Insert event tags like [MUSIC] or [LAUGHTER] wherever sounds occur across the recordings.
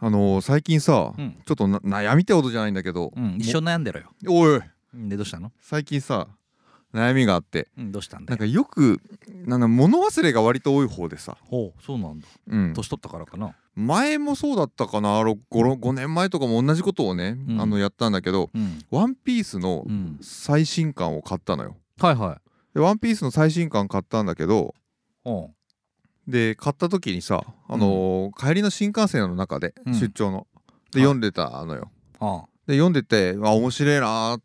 あのー最近さ、うんちょっとな悩みってことじゃないんだけど、うん、一緒に悩んでろよ。おいうんでどうしたの？最近さ悩みがあってうん、どうしたんだなんよ。かよくなんだ物忘れが割と多い方でさ、ほう、そうなんだ。うん、年取ったからかな。前もそうだったかな 5, 5年前とかも同じことをね、うんあのやったんだけどうん、 「ワンピースのうん、最新刊を買ったのよ。はいはい。で「ワンピースの最新刊買ったんだけどおで買った時にさ、あのー帰りの新幹線の中で、うん出張ので、はい読んでたのよ。ああ、で読んでてあ面白いなーっ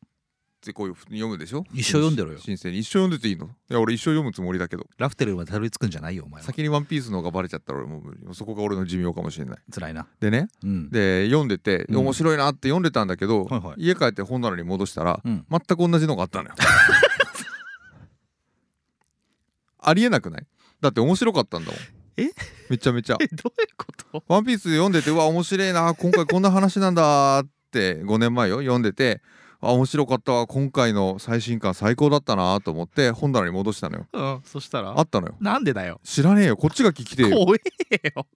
てこういうふうに読むでしょ一生読んでろよ新鮮に一生読んでていいのいや俺一生読むつもりだけどラフテルまでたどり着くんじゃないよお前は。先に「ワンピースの方がバレちゃったら俺もう無理そこが俺の寿命かもしれない辛いな。でねうん。で読んでてうん面白いなって読んでたんだけど、はいはい家帰って本棚に戻したら、うん全く同じのがあったの [LAUGHS] よありえなくないだって面白かったんだもんえめちゃめちゃえ、どういうこと？ 「ワンピース読んでてうわ面白いな今回こんな話なんだ」って5年前よ読んでて「あ面白かったわ今回の最新刊最高だったな」と思って本棚に戻したのようん、そしたらあったのよなんでだよ。知らねえよこっちが聞きてえよ怖えよ。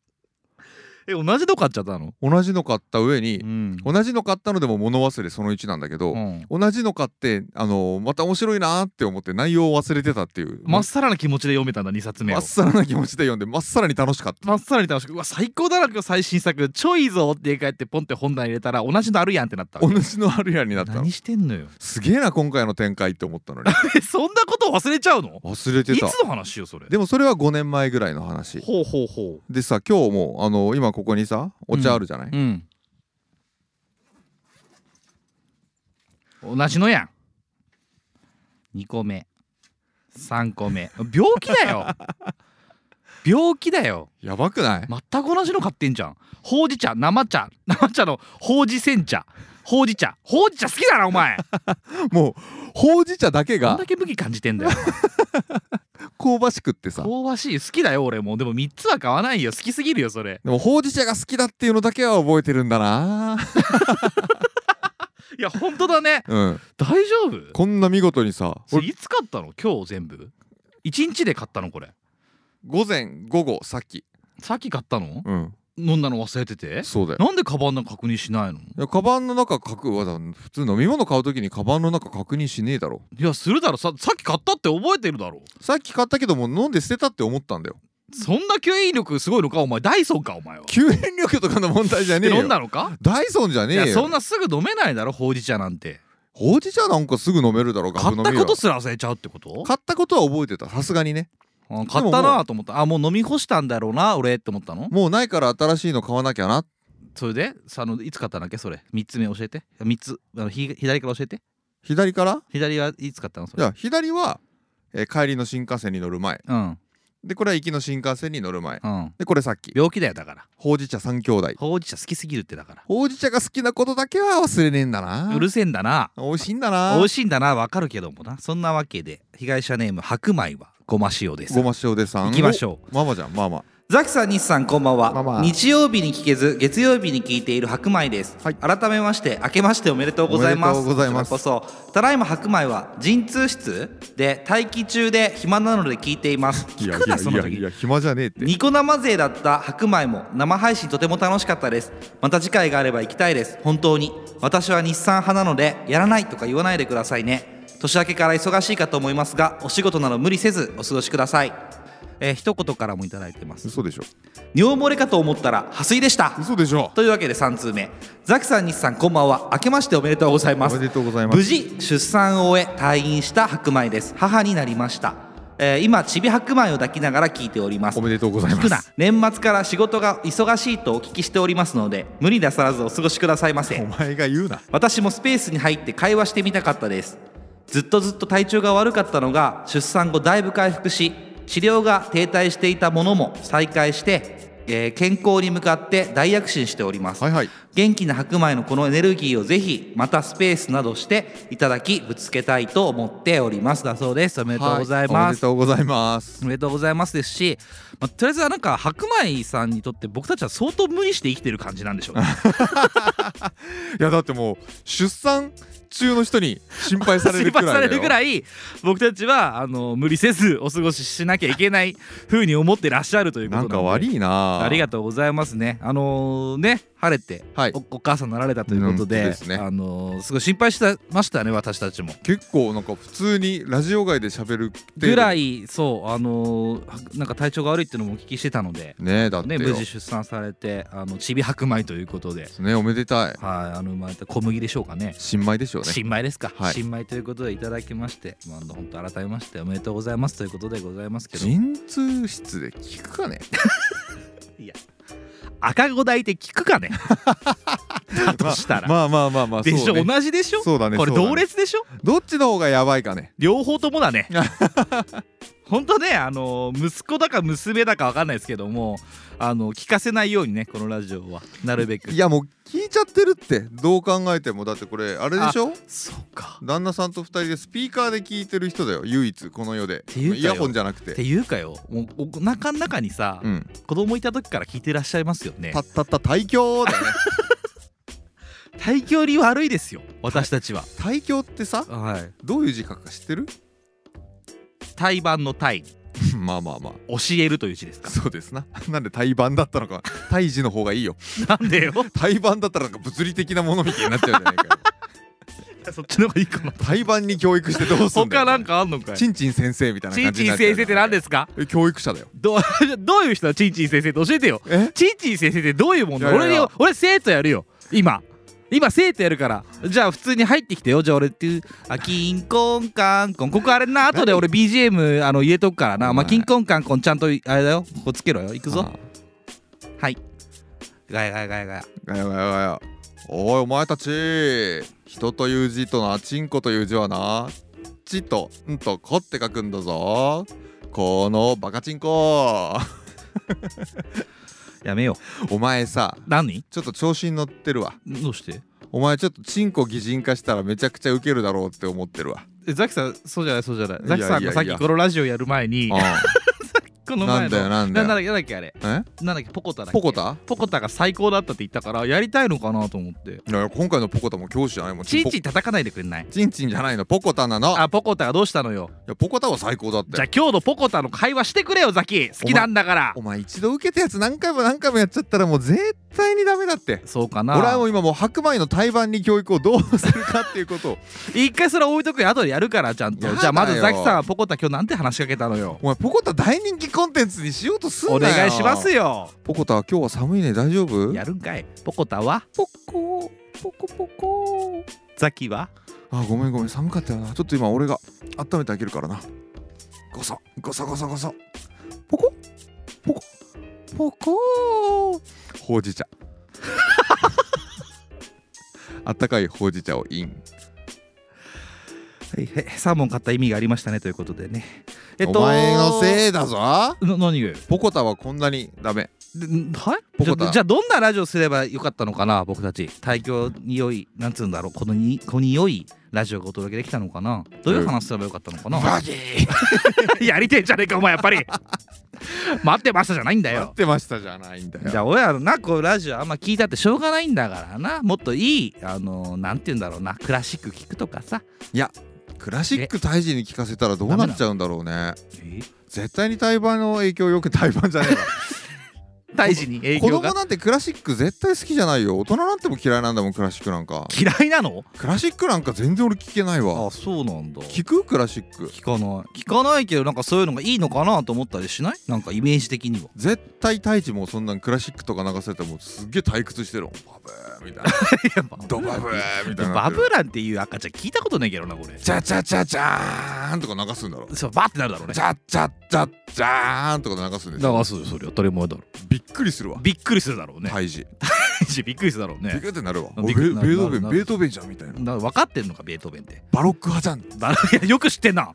え、同じの買っちゃったの？同じの買った上にん同じの買ったのでも物忘れその1なんだけど、うん。同じの買ってあのまた面白いなって思って内容を忘れてたっていうまっさらな気持ちで読めたんだ二冊目まをっ。さらな気持ちで読んでまっさらに楽しかったまっさらに楽しくうわ最高だな今日最新作ちょいぞって家帰ってポンって本棚に入れたら同じのあるやんってなったわ同けじのあるやんになったの何してんのよすげえな今回の展開って思ったのにえそんなこと忘れちゃうの忘れいてつたの話よそれでもそれは5年前ぐらいの話ほうほうほでさ今日もあの今ここにさお茶あるじゃない、ううん同じのやん2個目3個目病気だ [LAUGHS] よ病気だよやばくない、全く同じの買ってんじゃんほうじ茶生茶生茶のほうじ煎茶ほうじ茶ほうじ茶好きだなお前もうほうじ茶だけどんがだけ武器感じてんだよ香ばしくってさ香ばしい好きだよ俺もでも3つは買わないよ好きすぎるよそれでもほうじ茶が好きだっていうのだけは覚えてるんだ [LAUGHS] ないや本当だねうん大丈夫こんな見事にさそれ俺いつ買ったの今日全部1日で買ったのこれ午前午後さっきさっき買ったのうん飲んだの忘れててそうだよなんでカバンの確認しないのいやカバンの中確くわざ普通飲み物買う時にカバンの中確認しねえだろいやするだろささっき買ったって覚えてるだろさっき買ったけどもう飲んで捨てたって思ったんだよそんな吸引力すごいのかお前ダイソンかお前は吸引力とかの問題じゃねえで飲んよだのかダイソンじゃいねやえそよんなすぐ飲めないだろほうじ茶なんてほうじ茶なんかすぐ飲めるだろガ買ブっ飲たみはことすら忘れちゃうってこと買ったことは覚えてたさすがにねあ買ったなと思ったあもう飲み干したんだろうな俺って思ったのもうないから新しいの買わなきゃなそれでさあのいつ買ったんだっけそれ3つ目教えて3つあのひ左から教えて左から左はいつ買ったのそいれや左は、えー帰りの新幹線に乗る前うんでこれは行きの新幹線に乗る前うんでこれさっき病気だよだからほうじ茶3兄弟ほうじ茶好きすぎるってだかほうじ茶が好きなことだけは忘れねえんだらなうるせえんだな美味しいんだな美味しいんだなわかるけどもなそんなわけで被害者ネーム白米はごま塩ですごま塩でさん行きましょママじゃんママうザキさん西さんこんばんは、こんばんは日曜日に聞けず月曜日に聞いている白米です、はい改めまして明けましておめでとうございますおめでとうございますこちらこそただいま白米は陣痛室で待機中で暇なので聞いています聞くなその時暇じゃねえってニコ生勢だった白米も生配信とても楽しかったですまた次回があれば行きたいです本当に私は日産派なのでやらないとか言わないでくださいね年明けから忙しいかと思いますがお仕事など無理せずお過ごしくださいえー一言からもいただいてます嘘でしょ尿漏れかと思ったら破水でした嘘でしょというわけで3通目ザキさん西さんこんばんは明けましておめでとうございますおめでとうございます無事出産を終え退院した白米です母になりました、えー今ちび白米を抱きながら聞いておりますおめでとうございます聞くな年末から仕事が忙しいとお聞きしておりますので無理なさらずお過ごしくださいませお前が言うな私もスペースに入って会話してみたかったですずっとずっと体調が悪かったのが出産後だいぶ回復し治療が停滞していたものも再開して、えー健康に向かって大躍進しております、はいはい元気な白米のこのエネルギーをぜひまたスペースなどしていただきぶつけたいと思っておりますだそうですおめでとうござはいおめま、ですとうございますおめでとうございますですし、まあ、とりあえずはなんか白米さんにとって僕たちは相当無理して生きてる感じなんでしょうねいやだってもう出産中の人に心配される [LAUGHS] く心配 [LAUGHS] さられいだるよぐらい僕たちはあの無理せずお過ごししなきゃいけないふうに思ってらっしゃるということななんんでか悪いなありがととうございますね。あのーね晴れて、はいおお母さんになられたということうんで、そうですねあのーすごい心配してましたね私たちも。う結構なんか普通にラジオ外で喋るぐらいいそうあのーなんか体調が悪いっていうのもお聞きしてたので、ねえだってねよ無事出産されてあのちび白米ということで、ねおめでたいはいあの生まれた小麦でしょうかね。新米でしょうね新米ですか、はい新米ということでいただきまして、まあ、本当改めましておめでとうございますということでございますけど陣痛室で聞くかね赤子大って聞く [LAUGHS] かねだとしたら、まあまあまあまあでしそょ、うね同じでしょそうだねこれそうだね同列でしょどっちの方がやばいかね両方とも [LAUGHS] だね本当ねあの息子だか娘だかわかんないですけどもあの聞かせないようにねこのラジオはなるべくいやもう聞いちゃってるってどう考えてもだってこれあれでしょそうか旦那さんと二人でスピーカーで聞いてる人だよ唯一この世でていうかよイヤホンじゃなくってていうかよもうお腹の中にさ、うん子供いた時から聞いてらっしゃいますよねたったった大凶だよね [LAUGHS] 体調に悪いですよ私たちは大凶ってさはいどういう字書くか知ってる [LAUGHS] 胎盤の胎まあまあまあ教えるという字 [LAUGHS] ですかそうですななんで胎盤だったのか胎児の方がいいよなんでよ胎盤だったらなんか物理的なものみたいになっちゃうじゃないか [LAUGHS] よそっちの方がいいかな胎盤に教育してどうすんだよ他なんかあんのかいちんちん先生みたいなち感んじにちなんっちゃう先生って何ですかえ教育者だよどう [LAUGHS] どういう人はちんちん先生って教えてよえちんちん先生ってどういうもんだいやいやいや俺に俺生徒やるよ今今生徒やるからじゃあ普通に入ってきてよじゃあ俺っていうあキンコンカンコンここあれな後で俺 BGM あの入れとくからなまあはいキンコンカンコンちゃんとあれだよここつけろよいくぞああはいガヤガヤガヤガヤガヤガヤガヤおいお前たち人という字となちんこという字はなちとんとこって書くんだぞこのバカチンコやめよ [LAUGHS] お前さう何ちょっと調子に乗ってるわどうしてお前ちょっとチンコ擬人化したらめちゃくちゃウケるだろうって思ってるわえザキさんそうじゃないそうじゃないやザキさんいやがいさやっきこのラジオやる前にあこのな前のんだよなんだよななんだっけあれあなんだっけポコタだっえけポコタポコタが最高だったって言ったからやりたいのかなと思っていや今回のポコタも教師じゃないもんちんポちん叩かないでくんないチンチンじゃないのポコタなのいあポコタがどうしたのよやポコタは最高だってじゃあ今日のポコタの会話してくれよザキ好きなんだからお前一度受けたやつ何回も何回もやっちゃったらもう絶対にダメだってそうかな俺はもう今もう白米の胎盤に教育をどうするかっていうこと [LAUGHS] を一回それ置いとくよ後でやるからちゃんとやだよじゃあまずザキさんはポコタ今日なんて話しかけたのよお前ポコタ大人気コンテンツにしようとすんなよお願いしますよポコタは今日は寒いね大丈夫やるんかいポコタはポコポコポコザキはあごめんごめん寒かったよなちょっと今俺が温めてあげるからなゴソゴソゴソゴソポコポコポコほうじ茶 [LAUGHS] あったかいほうじ茶をインはいはいサーモン買った意味がありましたねということでねえお前のせいだぞな何がよポコタはこんなにダメでんはいポじコゃタじゃあどんなラジオすればよかったのかな僕たち対響に良いなんつうんだろうこのにこに良いラジオがお届けできたのかなどういう話すればよかったのかな、バギー [LAUGHS] やりてんじゃねえかお前やっぱり [LAUGHS] 待ってましたじゃないんだやっよてましたじゃないんだじゃよあ俺らのなこうラジオあんま聞いたってしょうがないんだからなもっといいあのーなんて言うんだろうなクラシック聞くとかさクラシック胎児に聞かせたらどうなっちゃうんだろうね絶対に胎盤の影響よく胎盤じゃねえわ大事に影子響供がなんてクラシック絶対好きじゃないよ大人なんても嫌いなんだもんクラシックなんか嫌いなのクラシックなんか全然俺聞けないわあそうなんだ聞くクラシック聞かない聞かないけどなんかそういうのがいいのかなと思ったりしないなんかイメージ的には絶対太一もそんなんクラシックとか流されてもうすっげえ退屈してるもんバブーみたい [LAUGHS] なドバブーみたいなバブなんていう赤ちゃん聞いたことないけどなこれチャチャチャチャーンとか流すんだろそうバーってなるだろうねチャチャチャチャーンとか流すんでしょ流すよそれ当たり前だろびっくりするわびっくりするだろうね胎児 [LAUGHS] びっくりするだろうビねクってなるわなおベびっくベりートーベなンななベートーベンじゃんみたいなな分かってんのかベートーベンってバロック派じゃんだいやよく知ってんな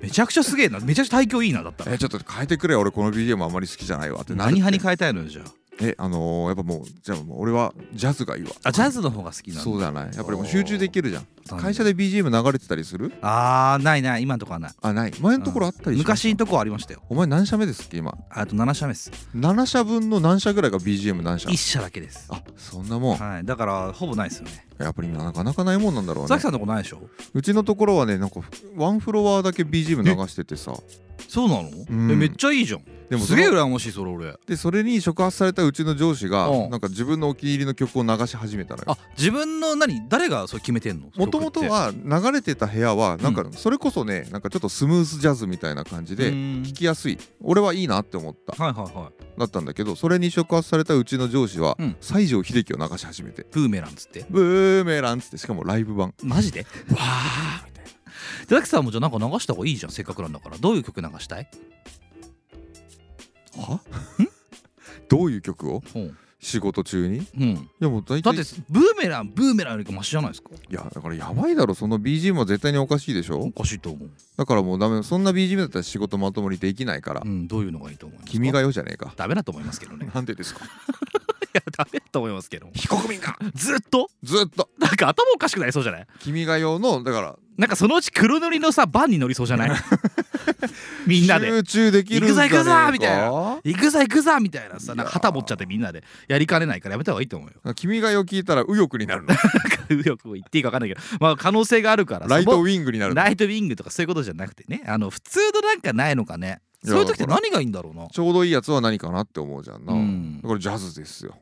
めちゃくちゃすげえなめちゃくちゃ体調いいなだったらえちょっと変えてくれ俺この BGM あんまり好きじゃないわってなる何派に変えたいのよじゃあえあのーやっぱもうじゃあもう俺はジャズがいいわあジャズの方が好きなのそうじゃないやっぱりもう集中できるじゃんそう会社で BGM 流れてたりするあーないない今のとこはないあない前のところあったりしました昔のとこはありましたよお前何社目ですっけ今あと7社目です7社分の何社ぐらいが BGM 何社1社だけですあそんなもんはいだからほぼないですよねやっぱりなかなかないもんなんだろうザねキさんのとこないでしょうちのところはねなんかワンフロアだけ BGM 流しててさそうなのうんえめっちゃいいじゃんでもそすのげえ羨ましいそれ俺でそれに触発されたうちの上司がうんなんか自分のお気に入りの曲を流し始めたのよあ自分の何誰がそれ決めてんのもともとは流れてた部屋はなんかそれこそねなんかちょっとスムースジャズみたいな感じ曲ってうでん聴きやすい俺はいいなって思ったはいはいはいだったんだけどそれに触発されたうちの上司はうん西城秀樹を流し始めてブーメランつってブーメランっつってしかもライブ版マ [LAUGHS] ジでわあみたいなザキさんもじゃあなんか流した方がいいじゃんせっかくなんだからどういう曲流したいはどういう曲をうん、仕事中にいうん、やもう大だ体ってブーメランブーメランよりかマシじゃないですかいやだからやばいだろその BGM は絶対におかしいでしおょかしいと思う、だからもうダメそんな BGM だったら仕事まともにできないからうん、どういうのがいいと思いますか君がよじゃねえかダメだと思いますけ [LAUGHS] どねいなんでですかやダメだと思いますけど非国民かずっとずっとなんか頭おかしくなりそうじゃない君がよのだからなんかそのうち黒塗りのさバンに乗りそうじゃ [LAUGHS] ないみんなで集中できるんじゃねえか行くぞ行くぞみたい行くぞ行くぞみたいなさなんか旗持っちゃってみんなでやりかねないからやめた方がいいと思うよ [LAUGHS] 君がよ聞いたら右翼になるのよく言っていいか分かんないけどまあ可能性があるからライトそウィングになのるのライトウィングとかそういうことじゃなくてねあの普通のなんかないのかねいやそういう時って何がいいんだろうなちょうどいいやつは何かなって思うじゃんな、うんだからジャズですよ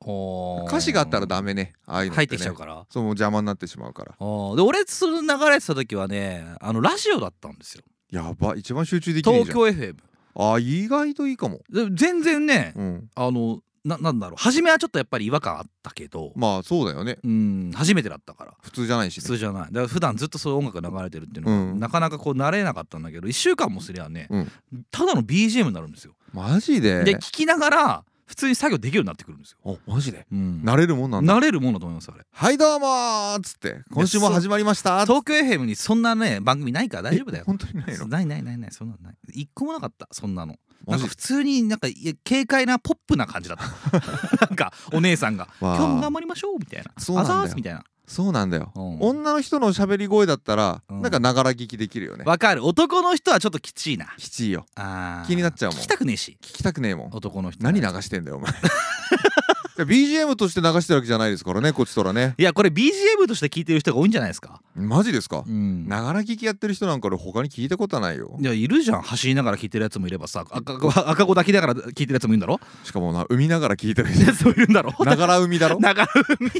おー歌詞があったらダメねああいうの入ねってきちゃうからそうもう邪魔になってしまうからおーで俺その流れてた時はねあのラジオだったんですよやば一番集中できないじ東ゃん京 FM あ意外といいかもで全然ねうんあのななんだろう初めはちょっとやっぱり違和感あったけどまあそうだよねうん初めてだったから普通じゃないし、普ね、通じゃないだから普段ずっとそういう音楽流れてるっていうのが、うんなかなかこう慣れなかったんだけど1週間もすりゃね、うんただの BGM になるんですよ、マジでで聴きながら普通に作業できるようになってくるんですよ、おマジでうん慣れるもんなんだ慣れるもんだと思いますあれはいどうもーっつって今週も始まりました東京 FM にそんなね番組ないから大丈夫だよえ本当にないのないないないないそんなのない一個もなかったそんなのマなんジか普通になんかいや軽快なポップな感じだっ [LAUGHS] たなんかお姉さんが「わあ今日も頑張りましょう」みたいな「そうなんだよあざーすみたいなそうなんだよ、うん女の人の喋り声だったら、うんなんかながら聞きできるよねわかる男の人はちょっときちいなきちいよあー気になっちゃうもん聞きたくねえし聞きたくねえもん男の人何流してんだよお前い [LAUGHS] や BGM として流してるわけじゃないですからねこっちとらねいやこれ BGM として聞いてる人が多いんじゃないですかマジですかうんながら聞きやってる人なんか俺他に聞いたことはないよいやいるじゃん走りながら聞いてるやつもいればさ赤子赤子抱きながら聞いてるやつもいるんだろしかもな海ながら聞いてるい人 [LAUGHS] や [LAUGHS] そういるんだろながら海だろながら海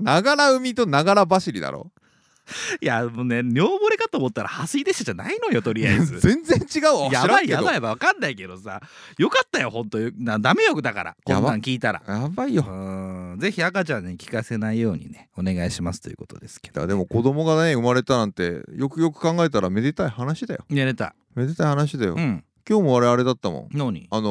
ながら海とながら走りだろいやもうね尿漏れかと思ったら破水でしたじゃないのよとりあえず全然違うわや知らばんいけやどばいやばいわかんないけどさよかったよほんとなダメよだからこんなん聞いたらやばいうよーんぜひ赤ちゃんに聞かせないようにねお願いしますということですけいどやでも子供がね生まれたなんてよくよく考えたらめでたい話だよやれためでたい話だよ、うん今日も俺あれだったもん何あのー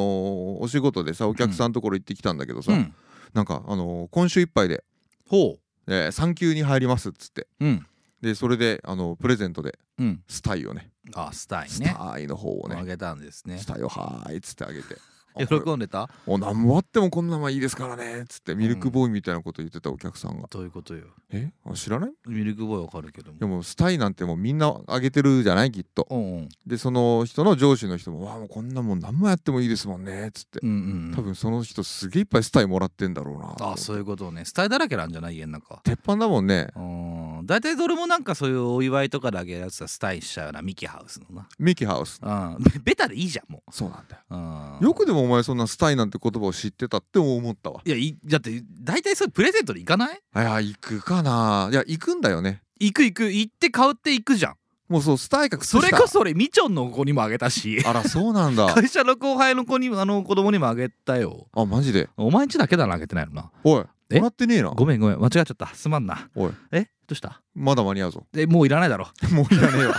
お仕事でさお客さんのところ行ってきたんだけどさ、うんなんかあのー今週いっぱいで、ほえー、産休に入りますっつってううんでそれであのプレゼントでうんスタイをねあスタイスねタイの方をあねげたんですねスタイをはーいっつってあげてあこれ [LAUGHS] 喜んでたお何もあってもこんなもんいいですからねっつってミルクボーイみたいなこと言ってたお客さんがどういうことよ「えあ知らない?」ミルクボーイわかるけどでももスタイなんてもうみんなあげてるじゃないきっとうんうんでその人の上司の人も「わあもうこんなもん何もやってもいいですもんね」っつってうんうん多分その人すげえいっぱいスタイもらってんだろうなあそういうことねスタイだらけなんじゃない家の中鉄板だもんねうん大体どれもなんかそういうお祝いとかであげるやつはスタイしちゃうなミキハウスのなミキハウスうんベタでいいじゃんもそうなんだよううんよくでもお前そんなスタイなんて言葉を知ってたって思ったわいやいだって大体それプレゼントで行かないいや行くかないや行くんだよね行く行く行って買うって行くじゃんもうそうスタイか靴そ下れこそ俺みちょんの子にもあげたしあらそうなんだ [LAUGHS] 会社の後輩の子にもあの子供にもあげたよあマジでお前んちだけだなあげてないのなおいえもらってねえなごめんごめん間違っちゃったすまんなおいえどうしたまだ間に合うぞ [LAUGHS] えもういらないだろ [LAUGHS] もういらねえわ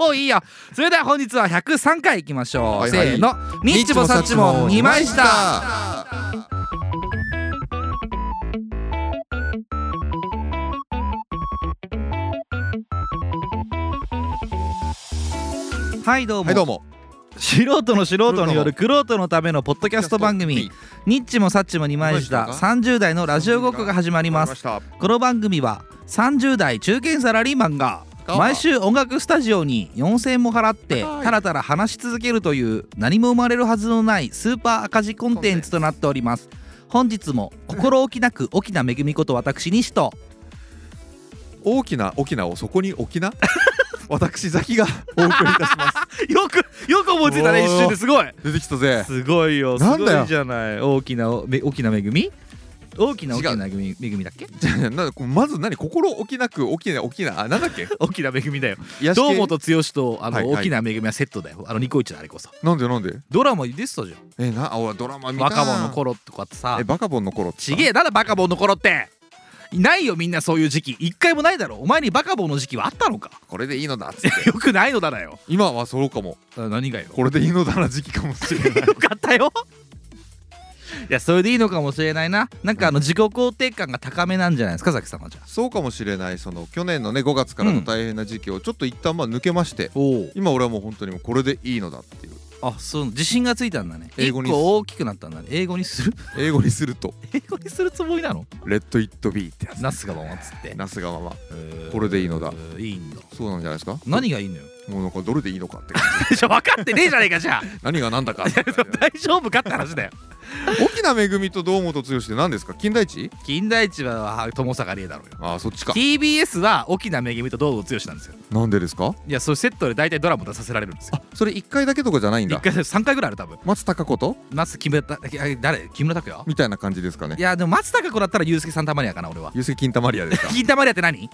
もういいよそれでは本日は103回いきましょう、はいはいせーのニッチもサッチも2枚したはいどうも,、はいどうも素人の素人によるクロートのためのポッドキャスト番組「ニッチもサッチも二枚舌」二枚舌30代のラジオごっこが始まりますしたこの番組は30代中堅サラリーマンがあ毎週音楽スタジオに4,000円も払ってはいたらたら話し続けるという何も生まれるはずのないスーパー赤字コンテンツとなっております本日も心置きなく大きな恵みこと私西と大きな沖縄をそこに沖縄 [LAUGHS] 私ザキが [LAUGHS] お送りいたしますよくよく思いついたね一瞬ですごい出てきた [LAUGHS] ぜすごいよなんだよゃない大きなおめ大きな恵み大きな違大うきな恵み恵みだっけじゃあなまず何心置きなく沖縄沖縄あなんだっけ大きな恵みだよ癒し系堂本剛とあの、はいはい大きな恵みはセットだよあのニコイチのあれこそなんでなんでドラマ出てたじゃんえなあおいドラマ見た若者の頃とかってさえバカボンの頃ちげえだろバカボンの頃ってないよみんなそういう時期一回もないだろお前にバカボンの時期はあったのかこれでいいのだっつってよくないのだなよ今はそうかも何がよこれでいいのだな時期かもしれないよかっ [LAUGHS] たよいやそれでいいのかもしれないななんかあの自己肯定感が高めなんじゃないですかザキさんはじゃあそうかもしれないその去年のね5月からの大変な時期をちょっと一旦まあ抜けまして、お今俺はもう本当にもうこれでいいのだっていうあそう自信がついたんだね英英語語にに個大きくなったんだね英語にする英語にすると英語にするつもり [LAUGHS] なの「レッド・イット・ビー」ってやナスがままっつってつなすがままここれでいいのだいいんだそうなんじゃないですか何がいいのよ [LAUGHS] もうなんかどれでいいのかって感分かってねえじゃねえかじゃあじ何が何 [LAUGHS] だかって感じだね大丈夫かって話だよ沖縄めぐみと堂本剛って何ですか金田一金田一は友坂理恵だろうよああそっちか TBS は沖縄めぐみと堂々剛なんですよなんでですかいやそれセットで大体ドラマ出させられるんですよそれ1回だけとかじゃないん一だ回3回ぐらいある多分松たか子と松木村拓哉誰木村拓哉みたいな感じですかねいやでも松たか子だったらユースケサンタマリアかな俺はゆうすけ金玉リアですか金玉リアっ [LAUGHS] て何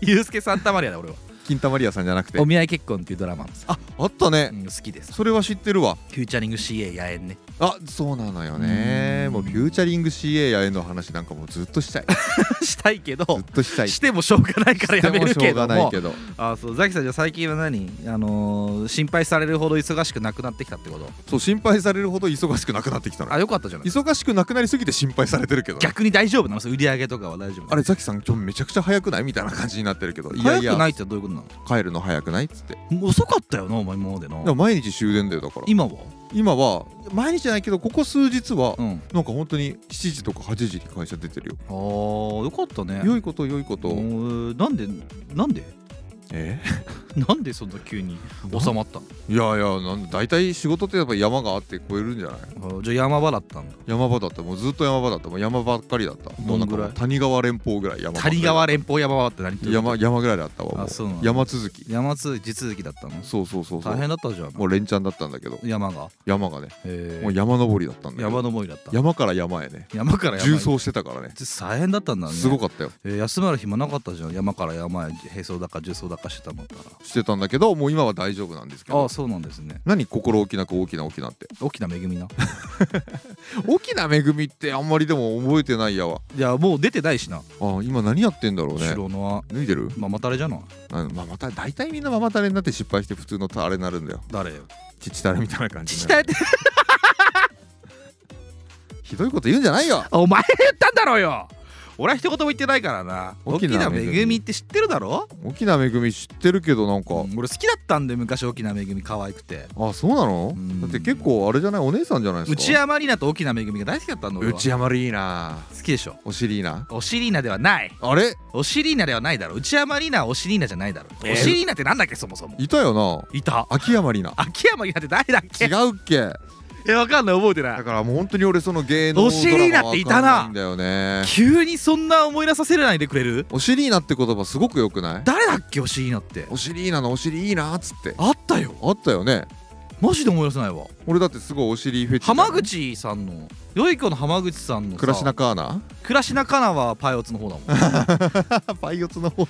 ユースケサンタマリアだ俺は金玉リアさんじゃなくてお見合い結婚っていうドラマなんですよああったね、うん好きですそれは知ってるわフューチャリング CA やえんねあそうなのよねうんもうフューチャリング CA や絵の話なんかもうずっとしたいずしたいけどっとしたいしてもしょうがない [LAUGHS] からやめるしてもしょけうがどないもけどあそうザキさんじゃあ最近は何あのー心配されるほど忙しくなくなってきたってことそう心配されるほど忙しくなくなってきたのあよかったじゃない忙しくなくなりすぎて心配されてるけどね逆に大丈夫なのそれ売り上げとかは大丈夫あれザキさん今日めちゃくちゃ早くないみたいな感じになってるけどいや早いやくないってどういうことな帰るの早くないっつっての遅かったよなお前今まででもの毎日終電だよだから今は今は毎日じゃないけどここ数日はうんなんか本当に7時とか8時に会社出てるよあーよかったね良いこと良いことうーんなんでなんでえなんでそんな急に収まったいやいやなん大体仕事ってやっぱ山があって超えるんじゃないのあじゃあ山場だったんだ山場だったもうずっと山場だったもう山ばっかりだったもうなんかもどんぐらうい谷川連峰ぐらい山ばっかり谷川連峰山場って何山山ぐらいだったわもあそうなんうだ山続き山津地続きだったのそうそうそうそう大変だったじゃんもう連チャンだったんだけど山が山がねへーもう山登りだったんだけど山登りだった山から山へね山から山へ重走してたからね大変だったんだねすごかったよえー休まる暇なかったじゃん山から山へ並走だか重走だかしてたもんだかしてたんだけどもう今は大丈夫なんですけらあどあそうなんですね何心置きなく大きな大きなって大きな恵みな大きな恵みってあんまりでも覚えてないやわいやもう出てないしなあ今何やってんだろうね後ろのは脱いでるママタレじゃないあのまあまた大体みんなママタレになって失敗して普通のタレになるんだよ誰よ父タレみたいな感じ父になたやるってひどいこと言うんじゃないよお前が言ったんだろうよ俺は一言も言ってないからな大大ききな恵なみ恵みって知ってるだろ大きな恵み知ってるけどなんか、うん俺好きだったんで昔大きな恵み可愛くてあそうなのうんだって結構あれじゃないお姉さんじゃないですか内山里奈と大きな恵みが大好きだったんだ俺は内山リーナ好きでしょおしりーナオシリーナではないあれオシリーナではないだろ内山里奈はオシリーナじゃないだろ、えーオシリーナってなんだっけそもそもいたよないた秋山リーナ秋山里奈って誰だっけ違うっけえわかんない覚えてなだいからもう本当に俺その芸能お尻ドラなマっていたなわかんないんだよね急にそんな思い出させないでくれるお尻なって言葉すごくよくない誰だっけオシリーナってお尻なのお尻いいなっつってあったよあったよねマジで思い出せないわ俺だってすごいお尻フェチだもん浜口さんの良い子の浜口さんのさクラシナカーナクラシナカナはパイオツの方だも [LAUGHS] んパイオツの方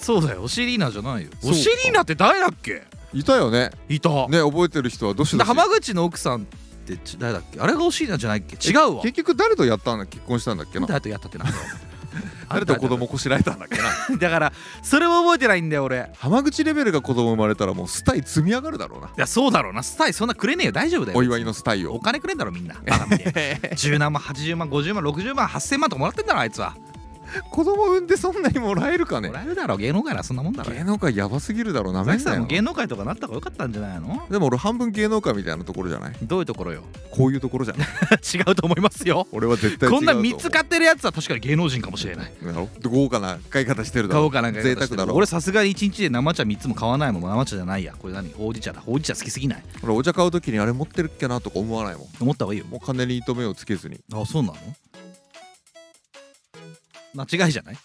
そうだよオシリーナじゃないよそうオかシリーナって誰だっけいたよねいた、ね覚えてる人はどしどでし浜口の奥さんってち誰だっけあれがオシリーナじゃないっけ違うわ結局誰とやったんだ結婚したんだっけな誰とやったってなんだよ誰と子供こしらえたんだっけな [LAUGHS] だからそれも覚えてないんだよ俺 [LAUGHS] 浜口レベルが子供生まれたらもうスタイ積み上がるだろう [LAUGHS] ないやそうだろうなスタイそんなくれねえよ大丈夫だよお祝いのスタイおを [LAUGHS] 金くれんだろみんなバカみたいな10何万80万50万60万8000万とかもらってんだろあいつは子供産んでそんなにもらえるかねもらえるだろう芸能界ならそんなもんだろ芸能界やばすぎるだろなめんザキなさんよも芸能界とかなった方がよかったんじゃないのでも俺半分芸能界みたいなところじゃないどういうところよ [LAUGHS] こういうところじゃない違うと思います [LAUGHS] よ俺は絶対違うとこん思うな3つ買ってるやつは確かに芸能人かもしれないなるほど豪華な買い方してるだ買ろおうかなんか贅沢だろ俺さすがに1日で生茶3つも買わないもん生茶じゃないやこれ何ほうじ茶だほうじ茶好きすぎない俺お茶買う時にあれ持ってるっけなとか思わないもん思った方がいいよもう金に糸目をつけずにあそうなの間違いじゃない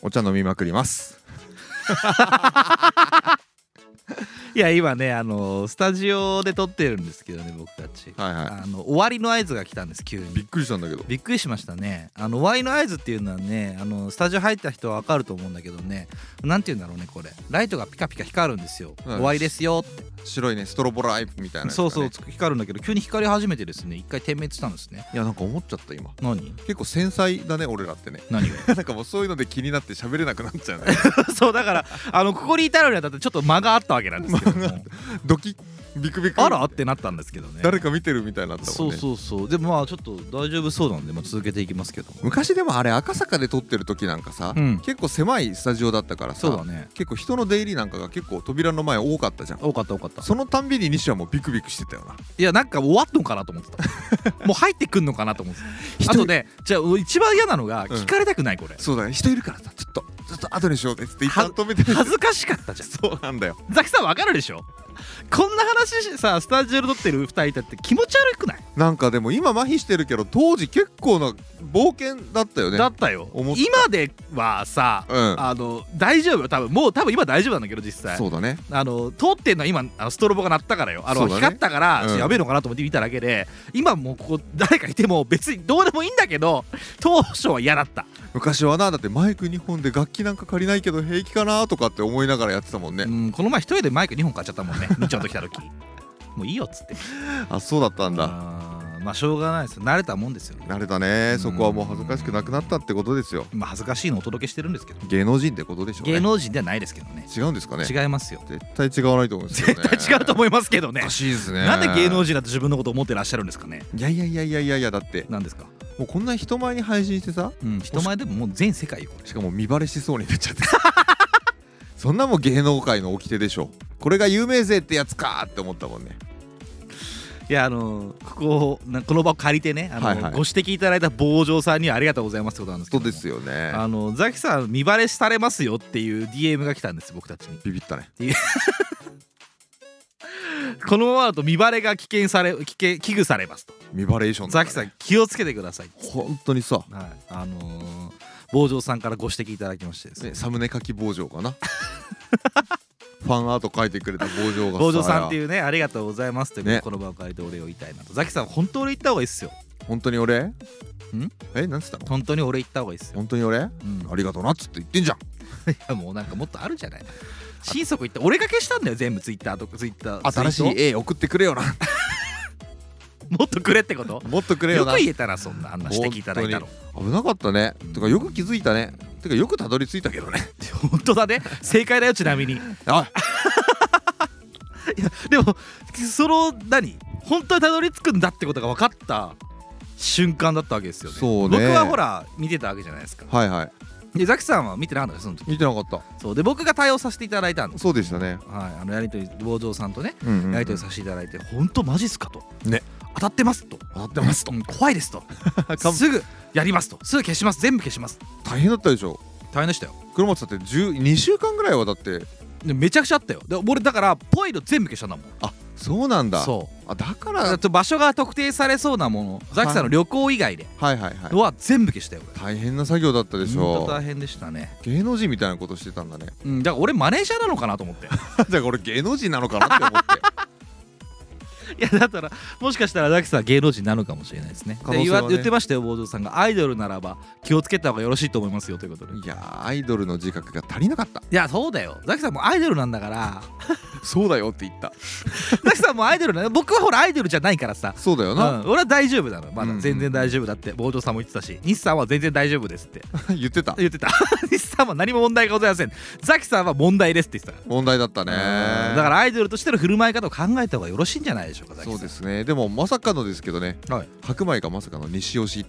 お茶飲みまくりますいや今ねあのスタジオで撮ってるんですけどね僕たちはいはいあの終わりの合図が来たんです急にびっくりしたんだけどびっくりしましたねあのワイの合図っていうのはねあのスタジオ入った人は分かると思うんだけどねなんて言うんだろうねこれライトがピカピカ光るんですよ、はい終わりですよって、白いねストロボライプみたいなやつがそねうそう光るんだけど急に光り始めてですね一回点滅したんですねいやなんか思っちゃった今何結構繊細だね俺らってね何が [LAUGHS] なんかもうそういうので気になって喋れなくなっちゃうね [LAUGHS] [LAUGHS] そうだからあのここに至るにあたってちょっと [LAUGHS] 間があったわけなんですけどもドキッビクビクあらってなったんですけどね誰か見てるみたいになったもそんうねそうそうでもまあちょっと大丈夫そうなんで、まあ、続けていきますけども昔でもあれ赤坂で撮ってる時なんかさ、うん結構狭いスタジオだったからそうださ、ね結構人の出入りなんかが結構扉の前多かったじゃん多かった多かったそのたんびに西はもうビクビクしてたよないやなんか終わっとんかなと思ってた [LAUGHS] もう入ってくんのかなと思ってたあとねじゃあ一番嫌なのがうん聞かれたくな [LAUGHS] いこれ、そうだね人いるからさちょっとちょっと後にしようねっつって一は旦止めて恥ずかしかったじゃんそうなんだよザキさんわかるでしょこんな話しさスタジオで撮ってる2人だって気持ち悪くない、なんかでも今麻痺してるけど当時結構な冒険だったよねだったよ思った今ではさ、うんあの大丈夫よ多分もう多分今大丈夫なんだけど実際そうだねあの通ってんのは今あのストロボが鳴ったからよあその、うだね光ったから、うんやべえのかなと思って見ただけで今もうここ誰かいても別にどうでもいいんだけど当初は嫌だった昔はなだってマイク2本で楽器なんか借りないけど平気かなとかって思いながらやってたもんね、うん、この前一人でマイク2本買っちゃったもんねみっちょんと来た時もういいよっつってあそうだったんだあーまあしょうがないです慣れたもんですよ慣れたねそこはもう恥ずかしくなくなったってことですよ今恥ずかしいのをお届けしてるんですけど芸能人ってことでしょうね芸能人ではないですけどね違うんですかね違いますよ絶対違わないと思うんですよ、ね、絶 [LAUGHS] 対違うと思いますけどおねかしいですねなんで芸能人人だと自分のこと思ってらっしゃるんですかねいやいやいやいやいやいやだってなんですか、もうこんな人前に配信してさうん、人前でももう全世界よこれしかも見バレしそうになっちゃって [LAUGHS] そんなもん芸能界の掟でしょこれが有名税ってやつかって思ったもんねいやあのここをなこの場を借りてねあの、はいはいご指摘いただいた坊城さんにはありがとうございますってことなんですけそどうもですよねあのザキさん見バレされますよっていう DM が来たんです僕たちにビビったねこのままだと見バレが危険され危険危惧されますと見バレーションだザねキさん気をつけてください、本当にさはい、あのー坊城さんからご指摘いただきましてですねね、サムネ書き坊城かな [LAUGHS] ファンアート書いてくれた坊城が坊城さんってういうねありがとうございますという、ねこの場を借りてお礼を言いたいなとザキさん本当俺言った方がいいっすよ本当に俺んえなんつったの本当に俺言った方がいいっすよ、本当に俺あうん、りがとうなっつって言ってんじゃんいやもうなんかもっとあるじゃない心底言った俺が消したんだよ全部ツイッターとかツイッター新しい絵送ってくれよなもっとくれってこと [LAUGHS] もっとくれよよなく言えたらそんなあんな指摘いただいたの危なかったねてかよく気づいたねてかよくたどり着いたけどね本当だね正解だよちなみにいあやでもその何本当にたどり着くんだってことが分かった瞬間だったわけですよねそうね僕はほら見てたわけじゃないですかはいはいでザキさんは見てなかったですその時見てなかったそうで僕が対応させていただいたんですそうでしたねはいあのやりとり坊城さんとねうんうんうんやりとりさせていただいて本当マジっすかとね当たってますと当たってますとうん怖いで [LAUGHS] すとすぐやりますとすぐ消します全部消します大変だったでしょ大変でしたよ黒松だって2週間ぐらいはだってでめちゃくちゃあったよで俺だからぽいの全部消したんだもんあそうなんだそあだかうだらと場所が特定されそうなものザキさんの旅行以外ではいはいはいは全部消したよ大変な作業だったで俺し本ょ当大変でしたね芸能人みたいなことしてたんだね [LAUGHS] うんだから俺マネージャーなのかなと [LAUGHS] 思っていじゃあ俺芸能人なのかなって思ってやだったらもしかしたらザキさんは芸能人なのかもしれないですね可能で性言はねわ言ってましたよ坊主さんがアイドルならば気をつけた方がよろしいと思いますよということでい [LAUGHS] いやーアイドルの自覚が足りなかったやそうだよザキさんもアイドルなんだからそうだよって言った [LAUGHS] ザキさんもアイドルな僕はほらアイドルじゃないからさそうだよな、うん、俺は大丈夫なのまうだん全然大丈夫だって坊城さんも言ってたし西さんは全然大丈夫ですって [LAUGHS] 言ってた言ってた [LAUGHS] 西さんは何も問題がございませんザキさんは問題ですって言ってた問題だったねうんだからアイドルとしての振る舞い方を考えた方がよろしいんじゃないでしょうかザキさそんうですねでもまさかのですけどねはい白米がまさかの西押し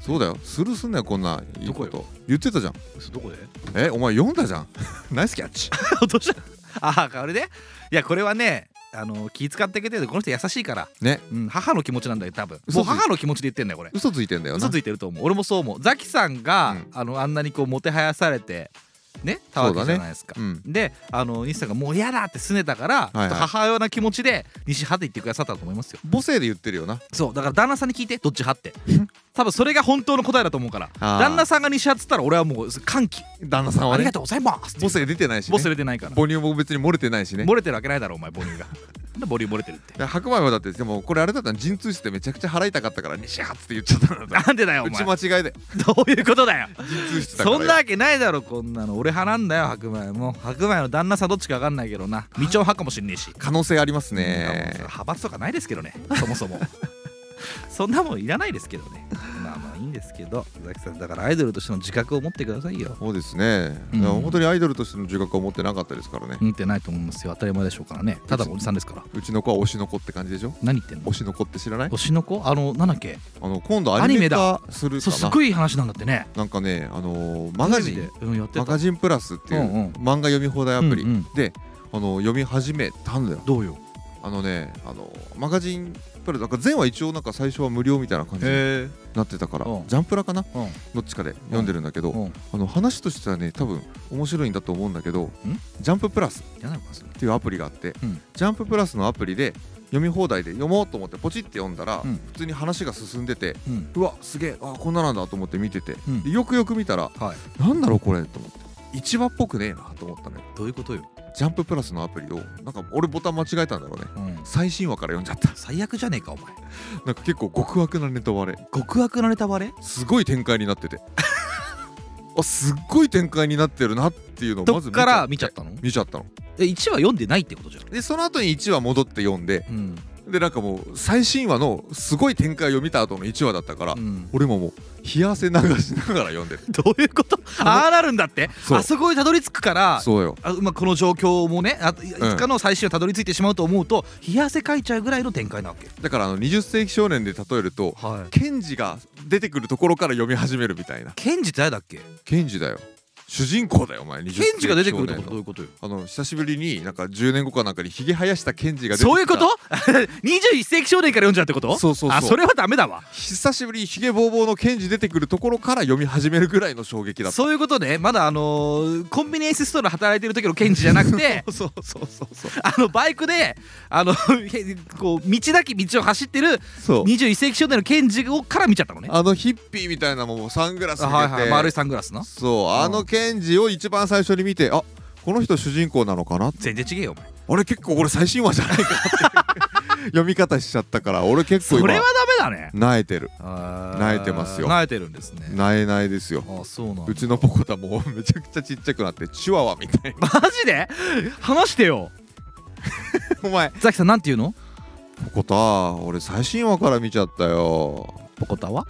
そうだよスルーすんなよこんないいこどと言ってたじゃんど [LAUGHS] こでえお前読んだじゃん [LAUGHS] ナイスキャッチ落としたああこれねいやこれはねあの気遣ってくれてるこの人優しいから、ねうん、母の気持ちなんだよ多分も嘘うつい母の気持ちで言ってんだよこれ嘘ついてんだよな嘘ついてると思う俺もそう思うザキさんが、うんあのあんなにこうもてはやされてねたわけじゃないですか、うんであの西さんが「もう嫌だ!」って拗ねたから、いはいちょっと母親な気持ちで西派って言ってくださったと思いますよ母性で言ってるよなそうだから旦那さんに聞いてどっち派って多分それが本当の答えだと思うからあー旦那さんが西派っつったら俺はもう歓喜旦那さんあはりねがとうございます母性出てないし、ね、ボスれてないから母乳も別に漏れてないしね漏れてるわけないだろお前母乳 [LAUGHS] がなんで母乳漏れてるっていや白米はだってでもこれあれだったら陣通してめちゃくちゃ払いたかったから西発って言っちゃったんだなんでだよう [LAUGHS] おち前間違いでどういうことだよ陣通してたからそんなわけないだろこんなの俺派なんだよ白米も白米の旦那さんどっちか分かんないけどな未調派かもしんねえし可能性ありますうんね派閥とかないですけどねそもそ [LAUGHS] もそんなもんいらないですけどねまあまあいいんですけどザキさんだからアイドルとしての自覚を持ってくださいよそうですね、うんいや本当にアイドルとしての自覚を持ってなかったですからね、見てないと思いますよ当たり前でしょうからねただのおじさんですからうちの子は推しの子って感じでしょ何言ってんの推しの子って知らない推しの子あのなんだっけあの今度アニメア化するかそうすなごい話なんだってねなんかねあのーマガジテレンビで、うん、やってマたガジンプラスっていううんうん漫画読み放題アプリ、うんうんであの読み始めたんだよどうよあのねあのマガジンプラスなんか前は一応なんか最初は無料みたいな感じにへなってたから、うんジャンプラかなえうんどっちかで読んでるんだけど、うんあの話としてはね多分面白いんだと思うんだけどんジャンププラス嫌なのかそれっていうアプリがあって、うんジャンププラスのアプリで読み放題で読もうと思ってポチって読んだら、うん普通に話が進んでてうんうわすげえあーこんななんだと思って見てて、うんでよくよく見たらはいなんだろうこれと思って一話っぽくねえなと思ったのよどういうことよ、ジャンププラスのアプリをなんか俺ボタン間違えたんだろうねうん、最新話から読んじゃった最悪じゃねえかお前なんか結構極悪なネタバレ極悪なネタバレすごい展開になって [LAUGHS] てあすっごい展開になってるなっていうのをどまっず見ちゃから見ちゃったの見ちゃったのえ1話読んでないってことじゃんでその後に1話戻って読んでうん、でなんかもう最新話のすごい展開を見た後の1話だったから、うん、俺ももう冷や汗流しながら読んでるどういうことああなるんだってそうあそこにたどり着くからそうよあまあ、この状況もねあいいつかの最終話たどり着いてしまうと思うと冷や汗かいちゃうぐらいの展開なわけだからあの20世紀少年で例えるとはいケンジが出てくるところから読み始めるみたいなケンジって誰だっけケンジだよ主人公だよお前20世紀ケンジが出てくるってこと少ど年のういうことよあの久しぶりになんか10年後かなんかにひげ生やしたケンジが出てきたそういうこと ?21 世紀少年から読んじゃうってことそうそうそうあそれはダメだわ久しぶりにひげぼうぼうのケンジ出てくるところから読み始めるぐらいの衝撃だったそういうことねまだあのーコンビニエンスストアで働いてる時のケンジじゃなくて [LAUGHS] そうそうそうそうあのバイクであの [LAUGHS] こう道なき道を走ってるそう21世紀少年のケンジをから見ちゃったのねあのヒッピーみたいなもうサングラスあかはいけはてい丸いサングラスなそうあのケンジを一番最初に見てあこの人主人公なのかな全然違えよお前あれ結構これ最新話じゃないかっていう [LAUGHS] 読み方しちゃったから俺結構それは今ダメだね泣えてる泣泣いてますよ泣いてるんですね泣えないですよあそうなんだうちのポコタもう [LAUGHS] めちゃくちゃちっちゃくなってチワワみたいなマジで話してよお前ザキさんなんて言うのポコタ俺最新話から見ちゃったよポコタは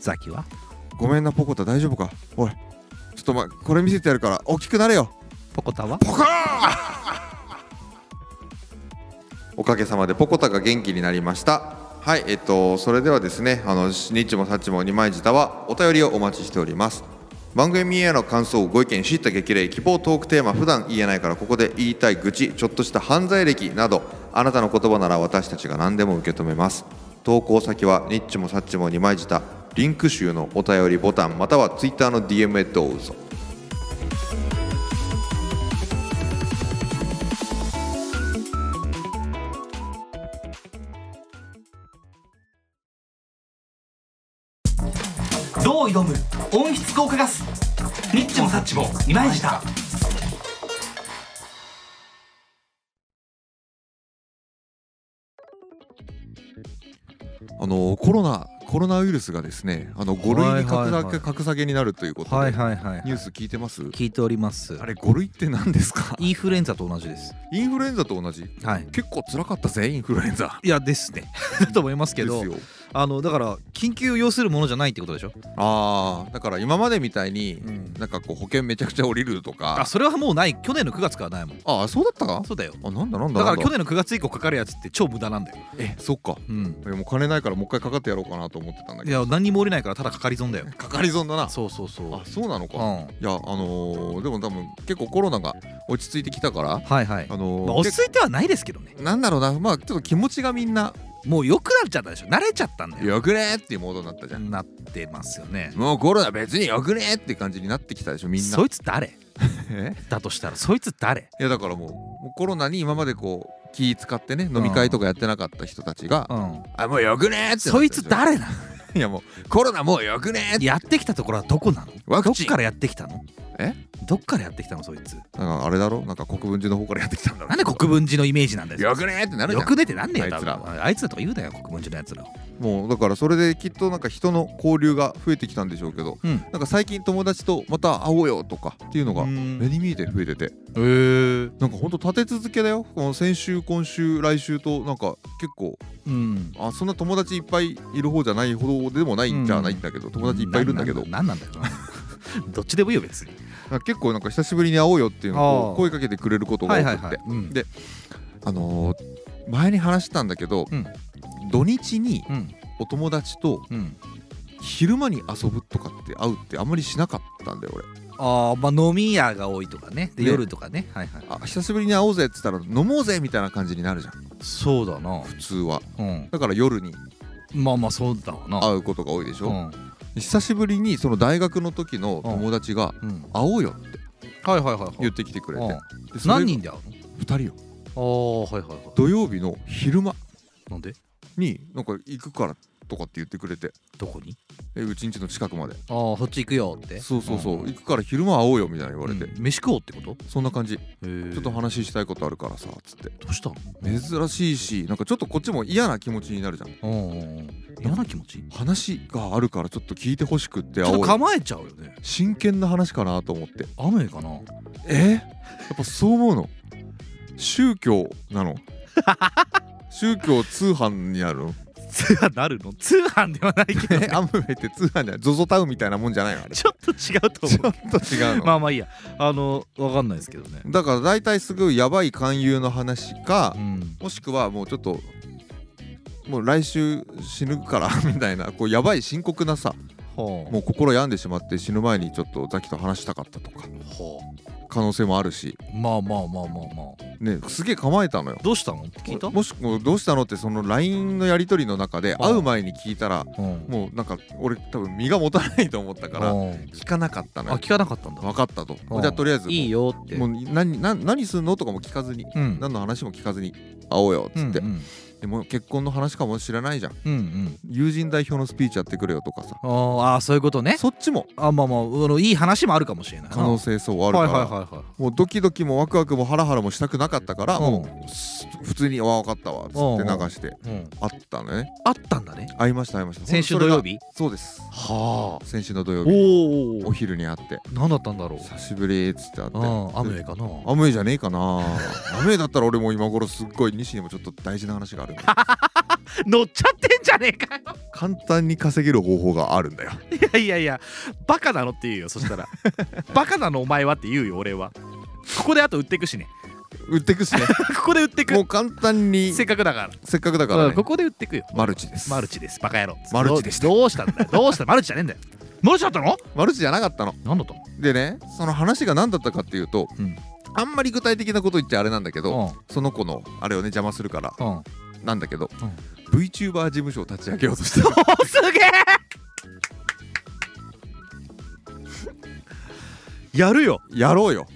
ザキはごめんなポコタ大丈夫かおいちょっとお前これ見せてやるから大きくなれよポコタはポコおかげさまでポコタが元気になりましたはいえっとそれではですねあのニッチもサッチも二枚舌はお便りをお待ちしております番組への感想ご意見知った激励希望トークテーマ普段言えないからここで言いたい愚痴ちょっとした犯罪歴などあなたの言葉なら私たちが何でも受け止めます投稿先はニッチもサッチも二枚舌リンク集のお便りボタンまたはツイッターの DM へどうぞどう挑む温室効果ガスニッチもサッチも二枚舌あのコロナコロナウイルスがですねあの5類に格下げ,、はいはいはい格下げになるということで、はいはいはいニュース聞いてます聞いておりますあれ5類って何ですか [LAUGHS] インフルエンザと同じですインフルエンザと同じはい結構辛かったぜインフルエンザいやですね [LAUGHS] だと思いますけどですよあのだから緊急を要するものじゃないってことでしょああだから今までみたいに、んなんかこう保険めちゃくちゃ降りるとあかそれはもうない去年の9月からないもんああそうだったかそうだよあなんだなんだだかなんら去年の9月以降かかるやつって超無駄なんだよえそっかうんでも金ないからもう一回かかってやろうかなと思ってたんだいけどや何にも降りないからただかかり損だよかかり損だなそうそうそうあそうなのうか、いんやあのーでも多分結構コロナが落ち着いてきたからはいはいあのーまあ落ち着いてはないですけどねけなんだろうなまあちょっと気持ちがみんなもう良くなっちゃったでしょ慣れちゃったんだ「よよくね!」っていうモードになったじゃん、なってますよねもうコロナ別によくねって感じになってきたでしょみんなそいつ誰えだとしたらそいつ誰いやだからもうもうコロナに今までこう気使ってね飲み会とかやってなかった人たちがうん「あもうよくね!」ってなったそでいしょつ誰なのいやもうコロナもうよくねってやってきたところはどこなのワクどっチンからやってきたのえどっからやってきたのそいつなんかあれだろなんか国分寺の方からやってきたんだろなんで国分寺のイメージなんだよよくねってなるじゃよんく出てなんねあえよいつら多分あいつらとか言うなよ国分寺のやつらもうだからそれできっとなんか人の交流が増えてきたんでしょうけどうんなんか最近友達とまた会おうよとかっていうのがうん目に見えて増えててへえなんかほんと立て続けだよこの先週今週来週となんか結構うんあそんな友達いっぱいいる方じゃないほどでもないんじゃないんだけど友達いっぱいいるんだけどななんなんだよどっちでもいいよ [LAUGHS] 別になんか結構なんか久しぶりに会おうよっていうのあをー声かけてくれることが多くってうんであのー前に話したんだけどうん土日にうんお友達とうん昼間に遊ぶとかって会うってあんまりしなかったんだよ俺ああまあ飲み屋が多いとかねでね夜とかねはいはいあ久しぶりに会おうぜっつったら飲もうぜみたいな感じになるじゃんそうだな普通はうんだから夜にまあまあそうだわな会うことが多いでしうょ、ん久しぶりにその大学の時の友達がうん会おうよってはいはいはいはい言ってきてくれて、うんでそれが何人で会うの2人よああはいはいは土曜日の昼間いなんでになんか行くからとかって言ってくれてどこにえうちんちの近くまでああそっち行くよってそうそうそう、ん行くから昼間会おうよみたいな言われて、うん飯食おうってことそんな感じちちょっと話したいことあるからさつってどうしたの珍しいしなんかちょっとこっちも嫌な気持ちになるじゃんうんうんうん嫌な気持ちち話があるからちょっと聞いてほしくってょっ会おとうよ構えちゃうよね真剣な話かなと思って雨かなえやっぱそう思うの宗教な [LAUGHS] の宗教通販にあるの通販なるの通販ではないけ [LAUGHS] どえアムウェイって通販じゃない ZOZO タウンみたいなもんじゃないのあれちちょっと違うとょっ思うと違うの、まあまあいいやあのわかんないですけどねだから大体すごいやばい勧誘の話かうんもしくはもうちょっともう来週死ぬから [LAUGHS] みたいなこうやばい深刻なさはもう心病んでしまって死ぬ前にちょっとザキと話したかったとかあは可能性もあるしあまあまあまあまあまあねすげえ構えたのよどうしたのって聞いたもしもうどうしたのってその LINE のやり取りの中でああ会う前に聞いたらうんもうなんか俺多分身が持たないと思ったからうん聞かなかったのあよ聞かなかったんだ分かったとうんじゃあとりあえずもういいよってもう何何何すんのとかも聞かずにうん何の話も聞かずに会おうよっつってうんうんでも結婚の話かもしれないじゃんうんうん友人代表のスピーチやってくれよとかさあーあーそういうことねそっちもあまあまああのいい話もあるかもしれないな可能性そうあるはいはいからはいはいもうドキドキもワクワクもハラハラもしたくなかったからうんもうす普通に「わ分かったわ」っつって流してうん、会ったのよねあったんだね会いました会いました先週土曜日日そうですはあ先週の土曜日おお昼に会って何だったんだろう久しぶりっつって会ってああ雨でかな雨じゃねえかな雨だったら俺も今頃すっごい西にもちょっと大事な話があるんだよ乗っちゃってんじゃねえかよ [LAUGHS] 簡単に稼げる方法があるんだよいやいやいやバカなのって言うよそ [LAUGHS] したらバカなのお前はって言うよ俺はここであと売ってく [LAUGHS] しね売ってくしねここで売っても [LAUGHS] くう簡単にせっかくだからせっかくだからうんねここで売ってくよマルチですマルチですバカ野郎マルチでしたどうどうしたんだよどうしたマルチじゃねえんだよマルチだったのマルチじゃなかったの何だったのでねその話が何だったかっていうと、うんあんまり具体的なこと言っちゃあれなんだけど、うその子のあれをね邪魔するからんうんなんだけど、VTuber 事務所を立ち上げようとしてるおすげえやるよ [LAUGHS] やろうよ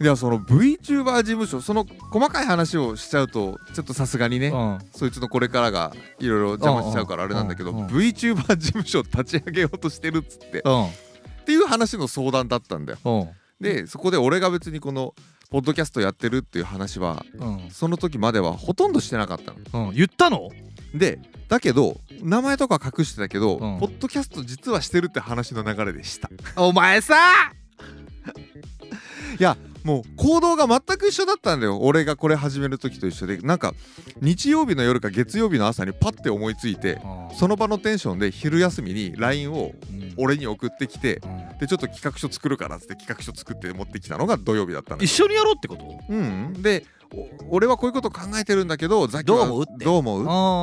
いやその VTuber 事務所その細かい話をしちゃうとちょっとさすがにね、うんそいつのこれからがいろいろ邪魔しちゃうからあれなんだけどうんうんうん VTuber 事務所を立ち上げようとしてるっつってうんっていう話の相談だったんだようんでそこで俺が別にこのポッドキャストやってるっていう話はうんその時まではほとんどしてなかったのうん言ったのでだけど名前とか隠してたけど、うんポッドキャスト実はしてるって話の流れでしたいお前さやもう行動が全く一緒だったんだよ俺がこれ始める時と一緒でなんか日曜日の夜か月曜日の朝にパッて思いついてその場のテンションで昼休みに LINE をうん俺に送ってきてうんでちょっと企画書作るからっつって企画書作って持ってきたのが土曜日だったのよ一緒にやろうってことうんでお俺はこういうこと考えてるんだけどザキはどう思うってどう思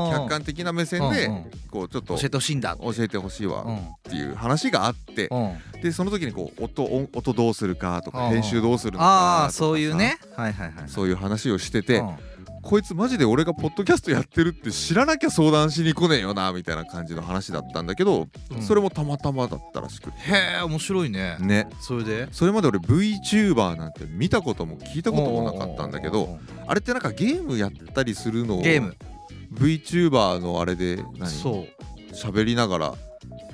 う客客観的な目線でうんうんこうちょっと教えてほしいんだ教えてほしいわうんっていう話があってうんでその時にこう音音音どうするかとうんかうん編集どうするのかとかああそういうねはいはいはいそういう話をしててうんこいつマジで俺がポッドキャストやってるって知らなきゃ相談しに来ねえよなみたいな感じの話だったんだけどうんそれもたまたまだったらしくへえ面白いねねそれでそれまで俺 VTuber なんて見たことも聞いたこともなかったんだけうどうあれってなんかゲームやったりするのをゲーム VTuber のあれで何そ喋りながら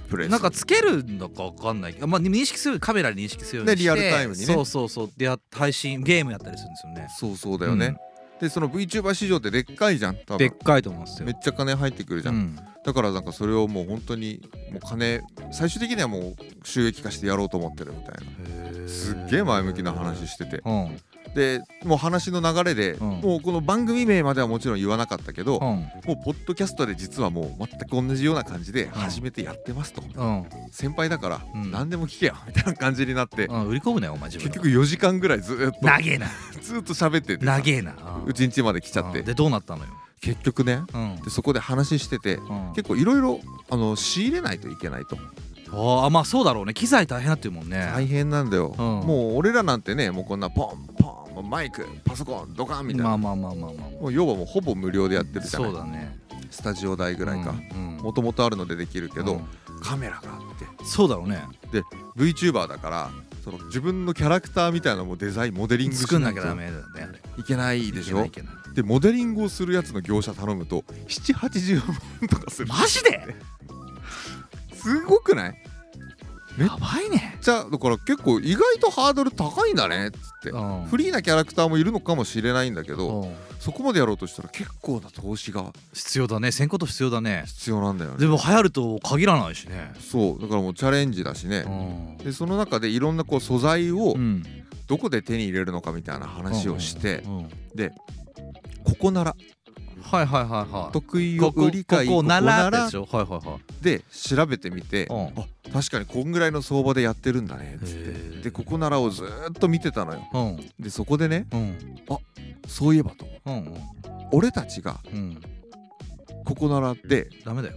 プレイするうなんかつけるんだかわかんないけどまあ認識するカメラに認識するようにしでてリアルタイムにねそうそうそうでや配信ゲームやったりするんですよねそうそうだよね、でその VTuber 市場ってでっかいじゃん多でっ分かいと思うんですよめっちゃ金入ってくるじゃん、うんだからなんかそれをもう本当にもう金最終的にはもう収益化してやろうと思ってるみたいなすっげえ前向きな話しててうんうんでもう話の流れで、うんもうこの番組名まではもちろん言わなかったけど、うんもうポッドキャストで実はもう全く同じような感じで初めてやってますと、うん先輩だからうん何でも聞けよみたいな感じになって、うん売り込むなよお前自分結の局4時間ぐらいずーっ [LAUGHS] 長とえなずーっと喋ってて長えな [LAUGHS] うんうちん家まで来ちゃってうんでどうなったのよ結局ねうんでそこで話しててうん結構いろいろあの仕入れないといけないとああまあそうだろうね機材大変だっていうもんね大変なんだよ、うんもう俺らなんてねもうこんなポンポンもうマイクパソコンドカンみたいな、まあまあまあまあまあもう要はもうほぼ無料でやってるじゃなそいうだねスタジオ代ぐらいかうんもともとあるのでできるけど、うんカメラがあっそうだろうねてで VTuber だからその自分のキャラクターみたいなのもデザインモデリングし作んなきとゃダメだよねあれいけないでしょいけないいでけモデリングをするやつの業者頼むと780万とかするないマジですごくないめっやばいねじゃあだから結構意外とハードル高いんだねっつって、うんフリーなキャラクターもいるのかもしれないんだけど、うんそこまでやろうとしたら結構な投資が必要だね先行と必要だね必要なんだよねでも流行ると限らないしねそうだからもうチャレンジだしね、んでその中でいろんなこう素材をうんどこで手に入れるのかみたいな話をして、うんここならはいはいはいはい得意を売り買いここならここでしょはいはいはいで調べてみて、うんあ確かにこんぐらいの相場でやってるんだねっつっへーてでここならをずーっと見てたのようんでそこでねうんそういえばとうん俺たちがうんうんここならでダメだよ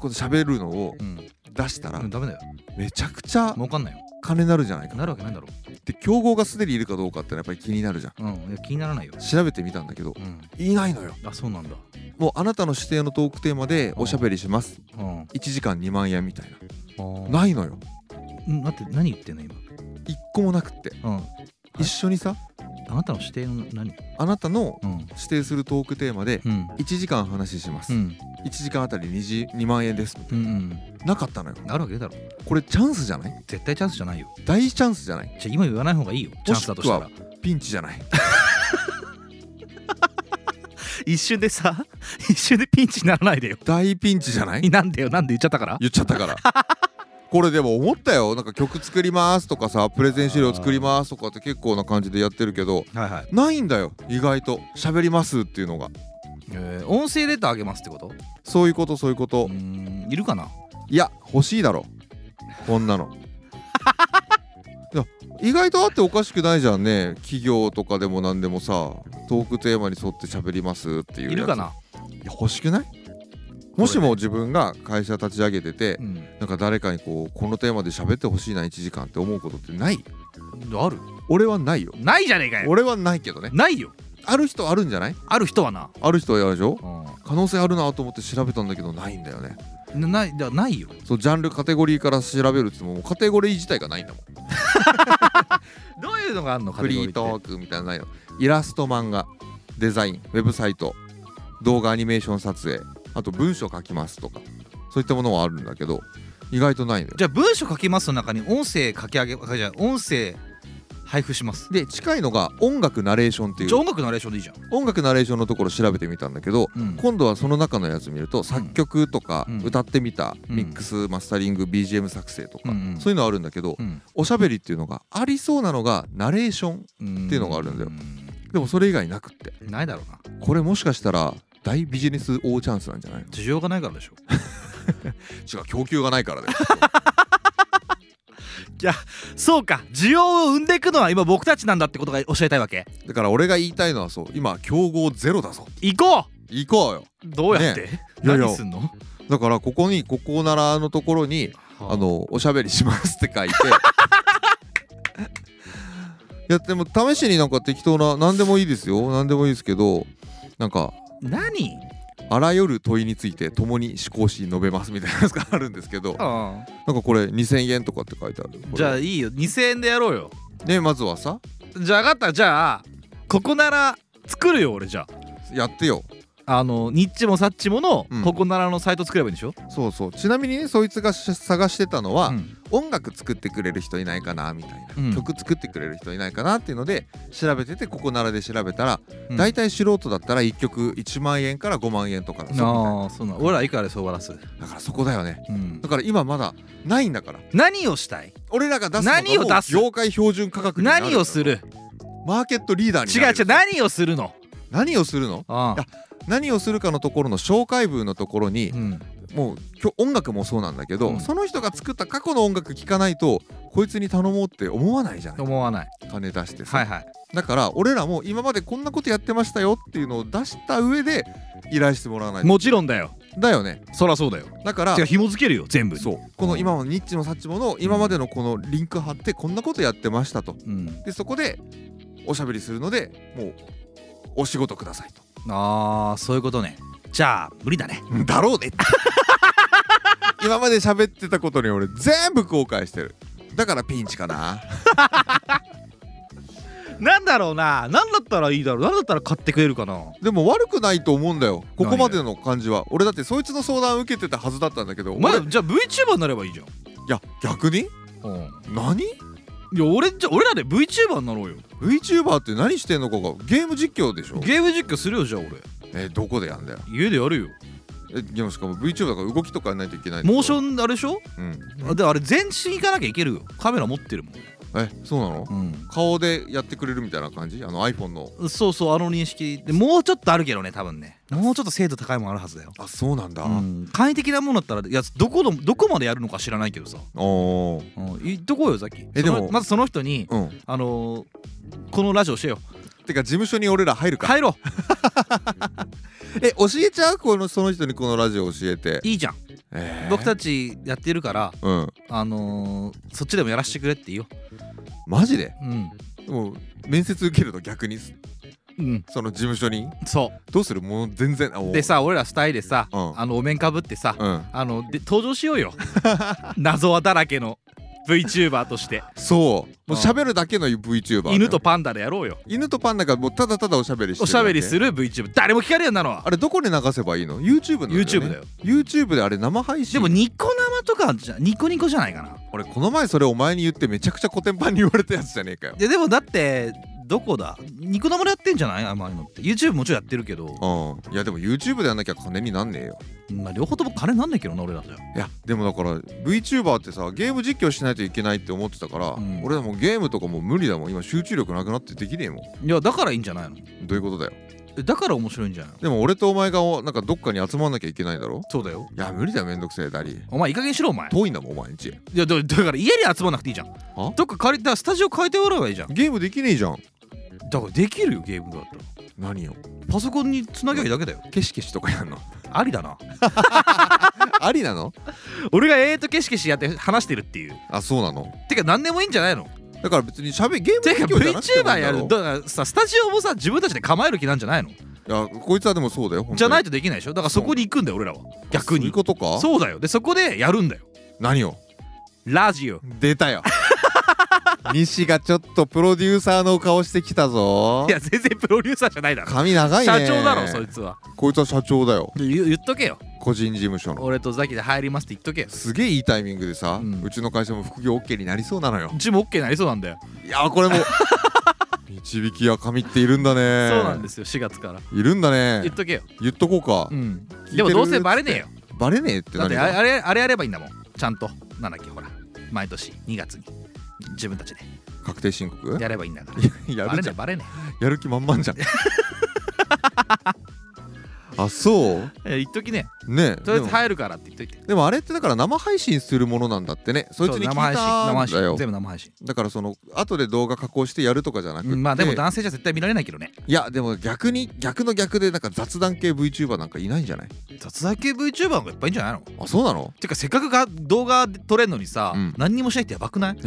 この喋るのをうん出したらうんダメだよめちゃくちゃ儲かんないよ金になるじゃないかなるわけないだろで競合がすでにいるかどうかってのはやっぱり気になるじゃんうんいや気にならないよ調べてみたんだけどうんいないのよあそうなんだもうあなたの指定のトークテーマでおしゃべりしますうんあ1時間2万円みたいーなないのようん待って何言ってんの今1個もなくってうんい一緒にさあなたの指定の何あなたのうん指定するトークテーマでうん1時間話しまうす1ん時間あたり 2, 時2万円ですうんうんなかったのよなるわけねえだろこれチャンスじゃない絶対チャンスじゃないよ大チャンスじゃないじゃあ今言わない方がいいよチャンスだとしたもらピンチじゃない一瞬でさ [LAUGHS] 一瞬でピンチにならないでよ大ピンチじゃないなんでよなんで言っちゃったから言っちゃったからこれでも思ったよなんか曲作りますとかさプレゼン資料作りますとかって結構な感じでやってるけどはいはい、ないんだよ意外と喋りますっていうのがえー、音声データあげますってことそういうことそういうことうーんいるかないや欲しいだろこんなの [LAUGHS] いや意外とあっておかしくないじゃんね企業とかでも何でもさトークテーマに沿って喋りますっていういやつるかないや欲しくないもしも自分が会社立ち上げてて、うんなんか誰かにこうこのテーマで喋ってほしいな1時間って思うことってないある俺はないよないじゃねえかよ俺はないけどねないよある人あるんじゃないある人はな、ある人はやるでしょう可能性あるなと思って調べたんだけどないんだよねん、なないだないよそうジャンルカテゴリーから調べるってももうカテゴリー自体がないんだもんどういうのがあるのかフリートークみたいなのないのイラスト漫画デザインウェブサイト動画アニメーション撮影あと文章書きますとかそういったものはあるんだけど意外とないのよじゃあ文章書きますの中に音声書き上げあじゃあ音声配布しますで近いのが音楽ナレーションっていじゃあう音楽ナレーションでいいじゃん音楽ナレーションのところ調べてみたんだけど、うん今度はその中のやつ見ると作曲とかうん歌ってみた、うんミックスマスタリング BGM 作成とか、うんうんそういうのあるんだけど、うんおしゃべりっていうのがありそうなのがナレーションっていうのがあるんだよでもそれ以外なくってないだろうなこれもしかしたら大ビジネス大チャンスなんじゃないの需要がないからでしょ違う供給がないから [LAUGHS] だよそうか需要を生んでいくのは今僕たちなんだってことが教えたいわけだから俺が言いたいのはそう今競合ゼロだぞ行こ行こうようどうやって、いやいや何すんのだからここにここならのところにはああのおしゃべりしますって書 [LAUGHS] いていやでも試しになんか適当な何でもいいですよ何でもいいですけどなんか何あらゆる問いについて共に思考し述べますみたいなやつがあるんですけどあなんかこれ2000円とかって書いてあるじゃあいいよ2000円でやろうよねまずはさじゃあ分かったじゃあここなら作るよ俺じゃやってよああのニッチもサッチもの、うんここならのサイト作ればいいんでしょ、そうそうちなみにねそいつがし探してたのは、うん音楽作ってくれる人いないかなみたいな、うん曲作ってくれる人いないかなっていうので調べててここならで調べたら、大体素人だったら1曲1万円から5万円とかだそうみたいなああそうなの俺らいくらでそう終わらす、だからそこだよねうんだから今まだないんだから何をしたい俺らが出す何をのがもう出す業界標準価格になる何をするマーケットリーダーに違うなる違う何をするの何をするのあいや何をするかのところの紹介文のところにう、ん、もうきょ音楽もそうなんだけど、うんその人が作った過去の音楽聴かないとこいつに頼もうって思わないじゃない思わない金出してさ、はいはいだから俺らも今までこんなことやってましたよっていうのを出した上で依頼してもらわないともちろんだよだよねそりゃそうだよだからてか紐付けるよ全部にそうこの今のニッチもサッチもの今までのこのリンク貼ってこんなことやってましたとうん、でそこでおしゃべりするのでもうお仕事くださいとああそういうことねじゃあ無理だねだろうね [LAUGHS] 今まで喋ってたことに俺全部後悔してるだからピンチかななんだろうな何だったらいいだろう何だったら買ってくれるかなでも悪くないと思うんだよここまでの感じは俺だってそいつの相談受けてたはずだったんだけどお前俺じゃあ VTuber になればいいじゃん、いや逆に何いや俺じゃ俺らで VTuber になろうよ VTuber って何してんのかがゲーム実況でしょゲーム実況するよじゃあ俺えどこでやんだよ家でやるよえでもしかも VTuber だから動きとかやんないといけないんだよモーションあれでしょ、うんあであれ全身行かなきゃいけるよカメラ持ってるもえそうなのん、顔でやってくれるみたいな感じあの iPhone のうん、そうそうあの認識でもうちょっとあるけどね多分ねもうちょっと精度高いもんあるはずだよあそうなんだ、うん簡易的なものだったらいやどこのどこまでやるのか知らないけどさ、おーうん、言っとこうよさっきえでもそのまずその人に、うんあのーこのラジオしてよてか事務所に俺ら入るか帰ろうえ教えちゃうこのその人にこのラジオ教えていいじゃんえー僕たちやってるからうんあのーそっちでもやらせてくれっていいよマジでうんもう面接受けるの逆にうんその事務所にそどうするもう全然あおうでさ俺らスタイでさ、うんあのお面かぶってさ、うんあので登場しよ [LAUGHS] うよ謎はだらけの VTuber と [LAUGHS] してそうもうあ喋るだけの VTuber 犬とパンダでやろうよ犬とパンダがもうただただおしゃべりしてるおしゃべりするる VTuber 誰も聞かれるようなのはあれどこで流せばいいの YouTube なんだよ、ね、 YouTube だよ YouTube であれ生配で信もニコ生とかじゃニコニコじゃないかな俺この前それお前に言ってめちゃくちゃコテンパンに言われたやつじゃねえかよいやでもだってどこだニコ生でやってんじゃないあんまりのって YouTube もちろんやってるけど、うんいやでも YouTube でやんなきゃ金になんねえよまあ、両方とも金なんだけどな俺らじゃいやでもだから VTuber ってさゲーム実況しないといけないって思ってたから、うん俺はもうゲームとかもう無理だもん今集中力なくなってできねえもんいやだからいいんじゃないのどういうことだよえだから面白いんじゃないのでも俺とお前がおなんかどっかに集まんなきゃいけないだろそうだよいや無理だよめんどくせえダリお前いい加減しろお前遠いんだもんお前んちいやだだから家に集まんなくていいじゃんあどっか借りたらスタジオ変えておればいいじゃんゲームできねえじゃんだからできるよゲームだったら何よパソコンにつなぎゃいいだけだよケシケシとかやんのありだなありなの俺がええとケシケシやって話してるっていうあそうなのてか何でもいいんじゃないのだから別にしゃべゲームてか実況じゃなくてもい VTuber いんだやろるだからさスタジオもさ自分たちで構える気なんじゃないのいやこいつはでもそうだよ本当にじゃないとできないでしょだからそこに行くんだよ俺らは逆そういにうことかそうだよでそこでやるんだよ何をラジオ出た [LAUGHS] よ西がちょっとプロデューサーの顔してきたぞいや全然プロデューサーじゃないだろ髪長いね社長だろそいつはこいつは社長だよで言言っとけよ個人事務所の俺とザキで入りますって言っとけすげえいいタイミングでさ、ううんちの会社も副業 OK になりそうなのようちも OK になりそうなんだよ、いやーこれ [LAUGHS] も導きや神っているんだねそうなんですよ4月からいるんだね言っとけよ、言っとこうか、うん聞いてるでもどうせバレねえよバレねえってだ何ってがああれあれやればいいんだもんちゃんとなんだっけほら毎年2月に自分たちで確定申告やればいいんだからやバレるじねゃえんバレねやる気満々じゃん [LAUGHS] あそうええ言っときねねえとでりあえずも入るからって言っといてでもあれってだから生配信するものなんだってねそいつそうに聞い生配信生たん配だ信よ全部生配信だからその後で動画加工してやるとかじゃなくて、うんまあでも男性じゃ絶対見られないけどねいやでも逆に逆の逆でなんか雑談系 VTuber なんかいないんじゃない雑談系 VTuber がいっぱいいんじゃないのあそうなのてかせっかくが動画撮れんのにさ、うん何にもしないってやばくない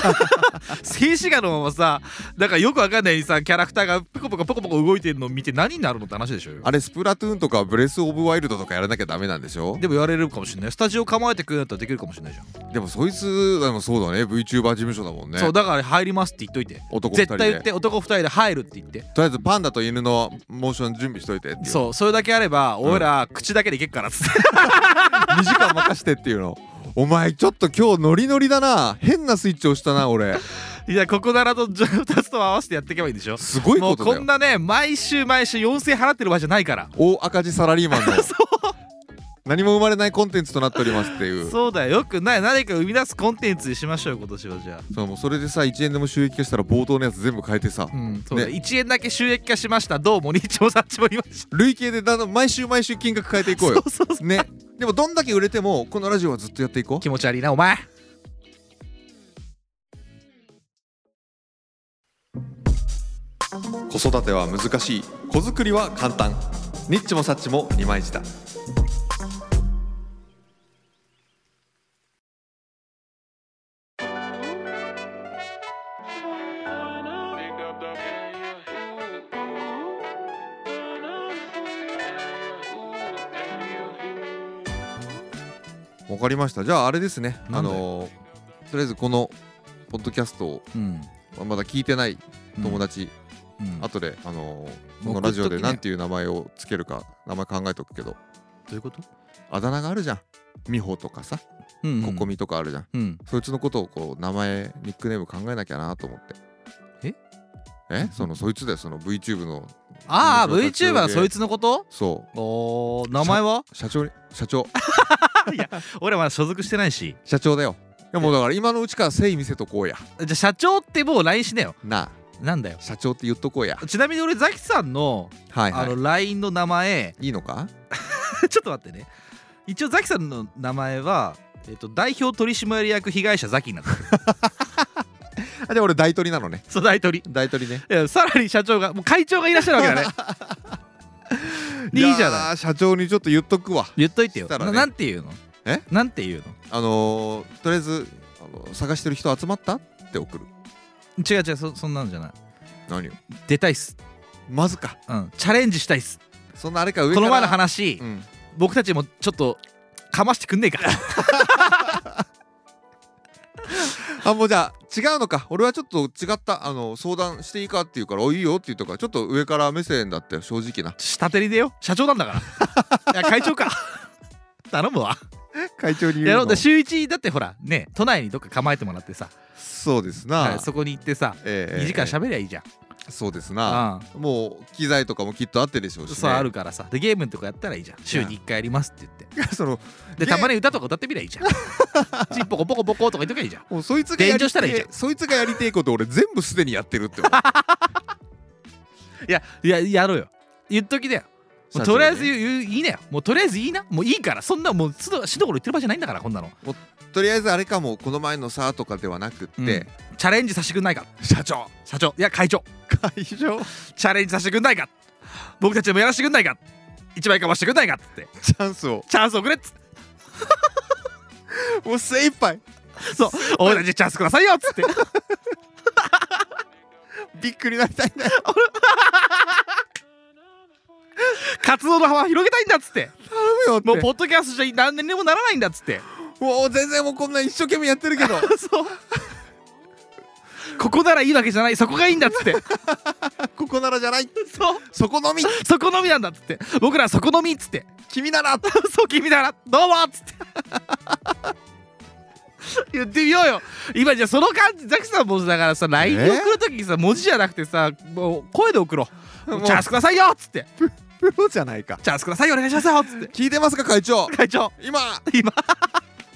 [LAUGHS] 静止画のままさなんかよくわかんないさキャラクターがポコポコポコポコ動いてるのを見て何になるのって話でしょあれスプラトゥーンとかブレス・オブ・ワイルドとかやらなきゃダメなんでしょででもやれるかもしれないスタジオ構えてくれだったらできるかもしれないじゃん、でもそいつでもそうだね VTuber 事務所だもんねそうだから入りますって言っといて男二人絶で対言って男2人で入るって言ってとりあえずパンダと犬のモーション準備しといてっていうそうそれだけあれば俺ら口だけでいけっからっつって2時間任してっていうのお前ちょっと今日ノリノリだな変なスイッチ押したな俺 [LAUGHS] いやここならと2つと合わせてやっていけばいいんでしょすごいもこうとだこよんなね毎週毎週4000払ってる場合じゃないから大赤字サラリーマン [LAUGHS] の何も生まれないコンテンツとなっておりますっていうそうだよよくない何か生み出すコンテンツにしましょうよ今年はじゃあそうもうそれでさ1円でも収益化したら冒頭のやつ全部変えてさうんそうだ、ね1円だけ収益化しましたどうもにちもさっちも言いまし累計でだんだん毎週毎週金額変えていたこうよそうそうそうねでもどんだけ売れてもこのラジオはずっとやっていこう気持ち悪いなお前子育ては難しい子作りは簡単ニッチもサッチも二枚舌わかりましたじゃああれですねなあんだよのとりあえずこのポッドキャストをうんまあまだ聞いてない友達、うん後であのーもこのうラジオで送っときねなんていう名前をつけるか名前考えとくけどどういうことあだ名があるじゃん美穂とかさうんココミとかあるじゃん、うんそいつのことをこう名前ニックネーム考えなきゃなと思ってええそのそいつだよその VTube のああ事務所立ち上げ VTuber そいつのことそおー名前はう社長に社長俺まだ所属してないし社長だよいやもうだから今のうちから誠意見せとこうやじゃあ社長ってもう LINE しなよななんだよあ社長って言っとこうやちなみに俺ザキさんのはいあはの LINE の名前 [LAUGHS] いいいのかちょっと待ってね一応ザキさんの名前はえっと代表取締役被害者ザキになったあじゃあ俺大取りなのね [LAUGHS] そう大取り大取りねいやさらに社長がもう会長がいらっしゃるわけだねいいじゃないい社長にちょっと言っとくわ言っといてよ、したらなねなんて言うのえなんて言うのあのーとりあえずあの探してる人集まったって送る違う違うそそんなんじゃない何を出たいっす、まずかうん、チャレンジしたいっすそんなあれか上かこらの前の話、うん僕たちもちょっとかましてくんねえか [LAUGHS] あもうじゃあ違うのか俺はちょっと違ったあの相談していいかって言うから「おいいよ」って言ったからちょっと上から目線だったよ正直な下手にでよ社長なんだから [LAUGHS] いや会長か [LAUGHS] 頼むわ会長にいやろうで週一だってほらね都内にどっか構えてもらってさ、そうですな、はい、そこに行ってさええ2時間え喋りゃいいじゃん、えそうですなもう機材とかもきっとあってでしょううし、んね、そうあるからさでゲームとかやったらいいじゃん週に1回やりますって言っていや [LAUGHS] そのでゲーたまに歌とか歌ってみりゃい [LAUGHS] いじゃん。ちんぽこぽこぽことか言っときゃいいじゃん。もうそいつがやり伝承したらいいじゃんそいつがやりてえこと俺全部すでにやってるって [LAUGHS] 思ういやいややろうよ。言っときだよ。も社長うねとりあえず言う言ういいねよ。もうとりあえずいいな。もういいから。そんなもうすどしどころ言ってる場合じゃないんだからこんなの。とりあえずあれかもこの前のさとかではなくって、うんチャレンジさせてくんないか。社長社長いや会長会長チャレンジさせてくんないか。僕たちもやらせてくんないか。一枚かましてくんないかっつってチャンスをチャンスをくれっつってもう精一杯そう俺たちチャンスくださいよっつって [LAUGHS] ビッグになりたいんだよ活動の幅を広げたいんだっつって頼むもようポッドキャストじゃ何年にもならないんだっつってもう全然もうこんな一生懸命やってるけ [LAUGHS] どそうここならいいわけじゃないそこがいいんだっつってここならじゃないそうそこのみそこのみなんだっつって僕らそこのみっつって君ならそう君ならどうもっつって [LAUGHS] 言ってみようよ今じゃあその感じザクさんもだからさ LINE で送るときにさ文字じゃなくてさもう声で送ろもううチャンスくださいよっつってプロじゃないかチャンスくださいよお願いしますよっつって聞いてますか会長会長今今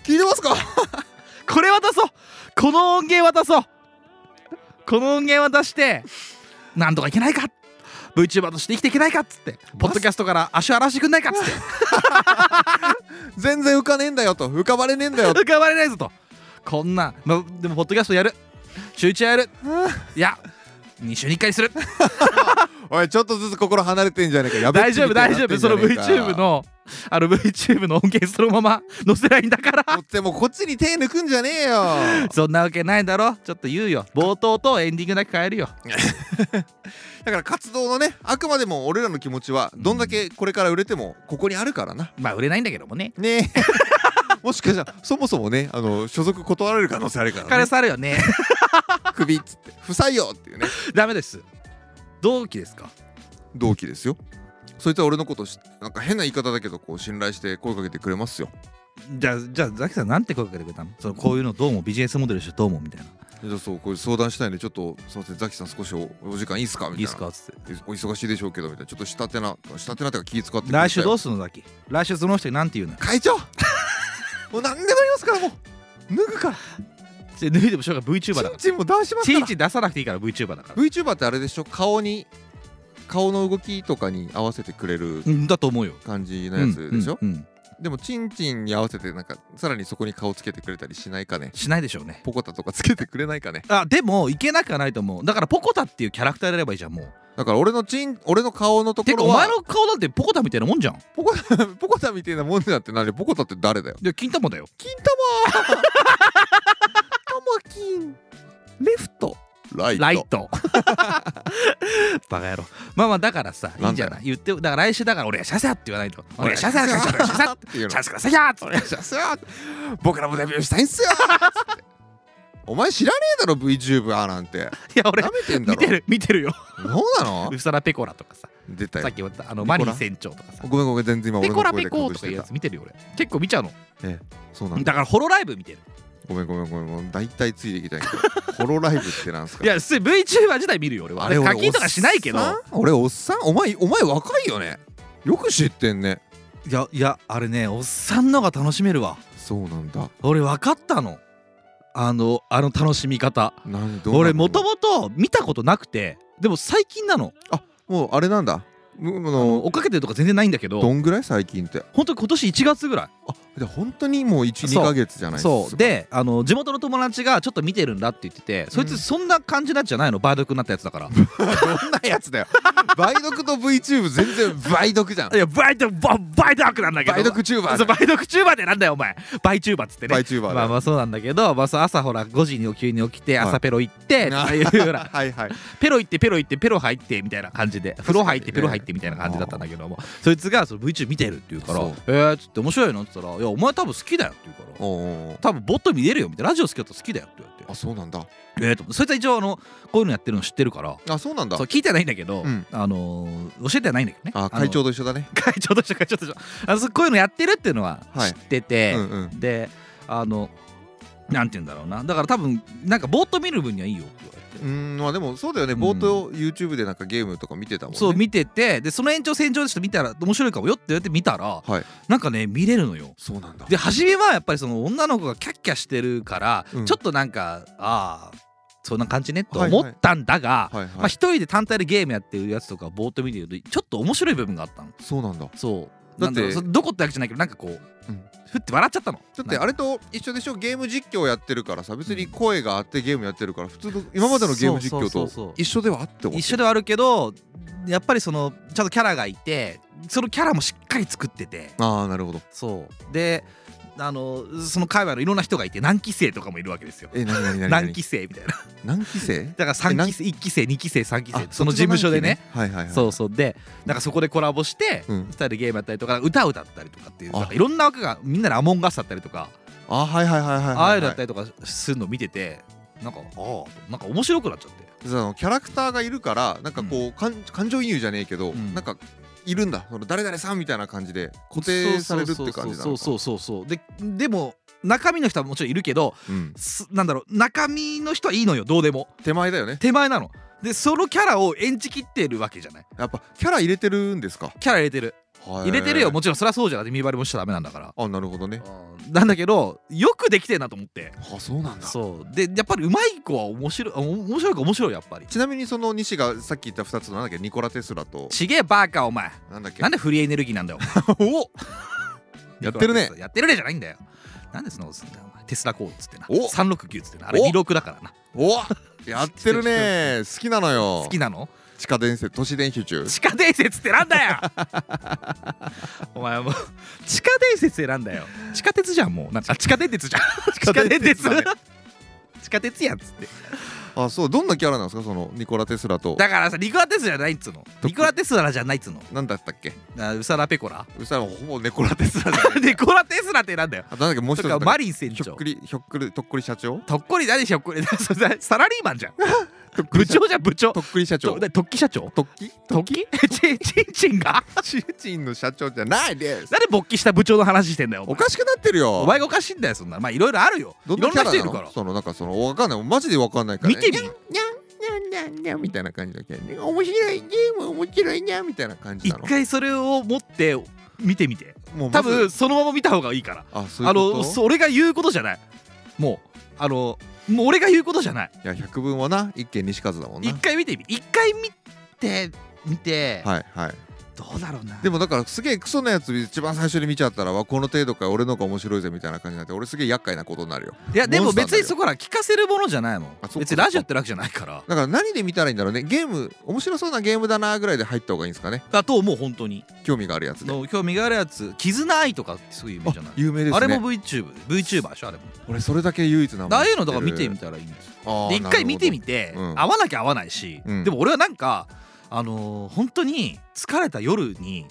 聞いてますかこれ渡そうこの音源渡そうこの音源渡してなんとかいけないか VTuber として生きていけないかっつってポッドキャストから足を荒らしてくんないかっつって全然浮かねえんだよと浮かばれねえんだ [LAUGHS] よと浮かばれないぞとこんな、まあ、でもポッドキャストやる週一やるいや2週に1回にするおいちょっとずつ心離れてんじゃねえかやべっ大ち丈夫みたい大にな丈って夫んじそゃねのえか VTube のあの VTube の音源そのまま載せないんだからもうでもこっちに手抜くんじゃねえ [LAUGHS] よそんなわけないだろちょっと言うよ冒頭とエンディングだけ変えるよだから活動のねあくまでも俺らの気持ちはどんだけこれから売れてもここにあるからなまあ売れないんだけどもねね [LAUGHS] えもしかしたらそもそもねあの所属断られる可能性あるから彼ねさあるよねクビっつって不採用っていうね [LAUGHS] ダメです同期ですか同期ですよそいつは俺のことしなんか変な言い方だけどこう信頼して声かけてくれますよじゃあじゃあザキさんなんて声かけてくれたのそのこういうのどうもビジネスモデルでしょどうもみたいなじゃあそうこれ相談したいんでちょっとすいませんザキさん少しおお時間いいっすかみたいないいっすかっつってお忙しいでしょうけどみたいなちょっと下手な下手なとか気使ってくれた来よ週どうすんのザキ来週その人になんて言うの会長もう何でも言いますからもう脱ぐから脱いでもしょうが VTuber だチンチンも出しますチかンらチン出さなくていいから VTuber だから VTuber ってあれでしょ顔に顔の動きとかに合わせてくれるうんだと思うよ感じのやつでしょ、うんうんうんでもチンチンに合わせてなんかさらにそこに顔つけてくれたりしないかねしないでしょうねポコタとかつけてくれないかねあでもいけなくはないと思うだからポコタっていうキャラクターやればいいじゃんもうだから俺のチン俺の顔のとこてかろおは前の顔なんてポコタみたいなもんじゃんポコタ [LAUGHS] ポコタみたいなもんだって何ポコタって誰だよで金玉だよ金玉玉金レフトライトライトバカ野郎まあまあだからさいいんじゃない言ってだから来週だから俺がシャシャって言わないと俺がシャシャシャシャシャシャシャっていうのチャンスくださいやーっつってよっしゃ僕らもデビューしたいんすよつってお前知らねえだろ VTuber なんていや俺なめてんだ見ろてる見てるよそうなのウサラペコラとかさ出たさよっき言ったあのマリー船長とかさごめんごめん全然今俺ペコのラ声ペでコ隠としかいうてやたつ見てるよ俺結構見ちゃうのそうなんだだからホロライブ見てるごめんごめんごめんもう大体ついてきたんやけどホロライブってなんすかいやす VTuber 自体見るよ俺はあれ課金とかしないけどおっさん俺おっさんお前お前若いよねよく知ってんねいやいやあれねおっさんのが楽しめるわそうなんだ俺分かったのあのあの楽しみ方何どうなの俺もともと見たことなくてでも最近なのもうあれなんだむああのの追っかけてるとか全然ないんだけどどんぐらい最近って本当に今年1月ぐらあじゃあ本当にもうそ12うヶ月じゃないいそうであの地元の友達がちょっと見てるんだって言っててそいつそんな感じなんじゃないの梅毒になったやつだから [LAUGHS] どんなやつだよ梅毒と VTube 全然梅毒じゃんいや梅毒ば梅毒なんだけど梅毒チューバーそうだよ梅毒チューバーってなんだよお前梅チューバーっつってね梅チューバーだまあまあそうなんだけど、まあ、そう朝ほら5時に起きに起きてはい朝ペロ行ってとかいうようなはい [LAUGHS] はいペロ行ってペロ行ってペロ入ってみたいな感じで風呂入ってねペロ入ってみたいな感じだったんだけどもそいつがその VTube 見てるって言うからそう「えー」っつって「面白いの?」っつったら「いやお前多分好きだよ」って言うからおうおう「多分ボット見れるよ」みたいな「ラジオ好きだったら好きだよ」って言われあそうなんだて「えー」と思ってそいつは一応あのこういうのやってるの知ってるからあそうなんだそう聞いてはないんだけど、うんあのー教えてはないんだけどねあの会長と一緒だね会長として会長としてあのそうこういうのやってるっていうのははい知ってて、うんうんであのなんて言うんだろうなだから多分なんかぼーっと見る分にはいいよって言われてう、ーんまあでもそうだよね冒頭 YouTube でなんかゲームとか見てたもんねそう見ててでその延長線上でちょっと見たら面白いかもよって言われて見たらはいなんかね見れるのよそうなんだで初めはやっぱりその女の子がキャッキャしてるから、うんちょっとなんかああそんな感じねとはいは思いったんだが、はいまあはい一人で単体でゲームやってるやつとかぼーっと見てるとちょっと面白い部分があったのそうなんだそうだだっっててどこってわけじゃないけどなんかこう、うんふって笑っちゃったのだってなんかあれと一緒でしょゲーム実況やってるからさ別に声があってゲームやってるから普通の今までのゲーム実況そうそうそうそとう一緒ではあって思う一緒ではあるけどやっぱりそのちゃんとキャラがいてそのキャラもしっかり作っててああなるほどそうであのその界隈のいろんな人がいて何期生とかもいるわけですよえ何何何何期生みたいな [LAUGHS] 何期生だからえ3何期生1期生2期生3期あ生その事務所でねそっちの何期はいはいはいそうそうでなんかそこでコラボしてうん2人でゲームやったりとか歌を歌ったりとかっていうあなんかいろんな枠がみんなでアモンガスだったりとかあはいはいはいはいはいはいああいうのだったりとかするの見ててなんかああなんか面白くなっちゃってそのキャラクターがいるからなんかこう、かん感情移入じゃねえけど、うんなんかいるんだその誰々さんみたいな感じで固定されるって感じなそのうかそうそうそうそうででも中身の人はもちろんいるけどうんすなんだろう中身の人はいいのよどうでも手前だよね手前なのでそのキャラを演じきってるわけじゃないやっぱキャラ入れてるんですかキャラ入れてる入入れてるよもちろんそりゃそうじゃなくて見栄りもしちゃダメなんだからあなるほどねなんだけどよくできてんなと思ってあそうなんだそうでやっぱり上手い子は面白いあお面白いか面白いやっぱりちなみにその西がさっき言った2つのなんだっけニコラ・テスラとちげえバーカお前なんだっけなんでフリーエネルギーなんだよ [LAUGHS] おやってるねやってるねじゃないんだよなんでそんなことすんだよお前テスラコーっつってなお369っつってなあれお26だからなおやってるね好きなのよ好きなの地下伝説都市伝説中地下伝説ってなんだ [LAUGHS] よお前もう地下伝説選んだよ地下鉄じゃんもうなんかあ地下電鉄じゃん [LAUGHS] 地下電鉄だね地下鉄やんっつってあそうどんなキャラなんですかそのニコラ・テスラとだからさニコラテスラじゃないっつうのニコラテスラじゃないっつうのなんだったっけあウサラペコラうさほぼネコラ・テスラじゃない [LAUGHS] ニコラテスラってなんだよあとなんだっけもう一つとかなんだっマけリン船ひょ長っくりひょっくりとっくり社長とっこり何しょっこり [LAUGHS] それサラリーマン [LAUGHS] じゃんとっく部り社長じゃん部長とっくり社長と特記社長とっき特記 [LAUGHS] ちんちんちんが [LAUGHS] チンチンの社長じゃないですなんで勃起した部長の話してんだよおお前かしくなってるよお前がおかしいんだよそんなのまあいろいろあるよいろどんんなキャなラ人いなるからのそのなんかそのわかんないマジでわかんないからね見てみにゃんにゃんにゃんにゃんにゃんみたいな感じのキャラね面白いゲーム面白いにゃんみたいな感じ一なの回それを持って見てみてもうま多ず分そのまま見た方がいいからあそういあうことのそれが言うことじゃないもうあのもう俺が言うことじゃないいや百聞はな一見西和だもんな一回見てみ一回見て見て、はいはいどうだろうなでもだからすげえクソなやつ一番最初に見ちゃったらわこの程度か俺の方が面白いぜみたいな感じになって俺すげえ厄介なことになるよいやでモもンスター別にそこら聞かせるものじゃないもんあそっか別にラジオってわけじゃないからだから何で見たらいいんだろうねゲーム面白そうなゲームだなぐらいで入った方がいいんですかねだと思う本当に興味があるやつでの興味があるやつ「絆愛」とかすごい有名じゃない有名ですねあれも VTubeVTuber でしょあれも俺それだけ唯一なああいうのだから見てみみたらいいんですよで一一回見てみて、うん合わなきゃ合わないし、うんでも俺はなんかあのー本当に疲れた夜に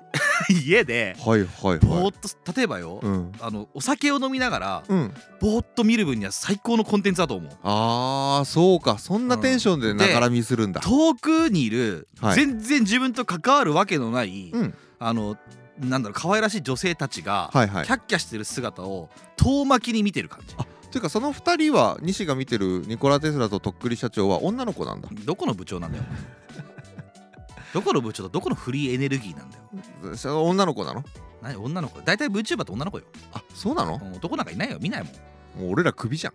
[LAUGHS] 家ではいはいぼーはっと例えばよ、いうんあのお酒を飲みながらうんぼーっと見る分には最高のコンテンツだと思うあーそうかそんなテンションでながら見するんだ遠くにいる、はい全然自分と関わるわけのない、うんあのなんだろう可愛らしい女性たちが、はいはいキャッキャしてる姿を遠巻きに見てる感じていうかその二人は西が見てるニコラ・テスラととっくり社長は女の子なんだどこの部長なんだよどこの部長とどこのフリーエネルギーなんだよその女の子なの何女の子大体 VTuber って女の子よあそうなのもうん男なんかいないよ見ないもんう俺らクビじゃん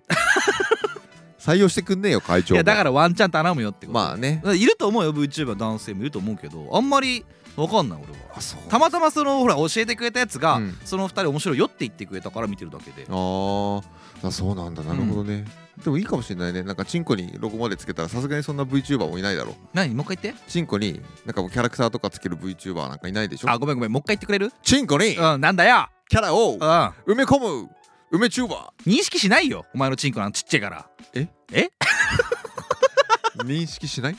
[LAUGHS] 採用してくんねえよ会長いやだかららワンチャン頼むよってことまあねいると思うよ VTuber 男性もいると思うけどあんまりわかんない俺はあそうたまたまそのほら教えてくれたやつが、うんその2人面白いよって言ってくれたから見てるだけであーあそうなんだなるほどね、でもいいかもしれないねなんかチンコにロゴまでつけたらさすがにそんな VTuber もいないだろう何もう一回言ってチンコになんかもうキャラクターとかつける VTuber なんかいないでしょあごめんごめんもう一回言ってくれるチンコにうんなんだよキャラをうん埋め込む埋めチューバ認識しないよお前のチンコなんてちっちゃいからー [LAUGHS] 認識 [LAUGHS] しない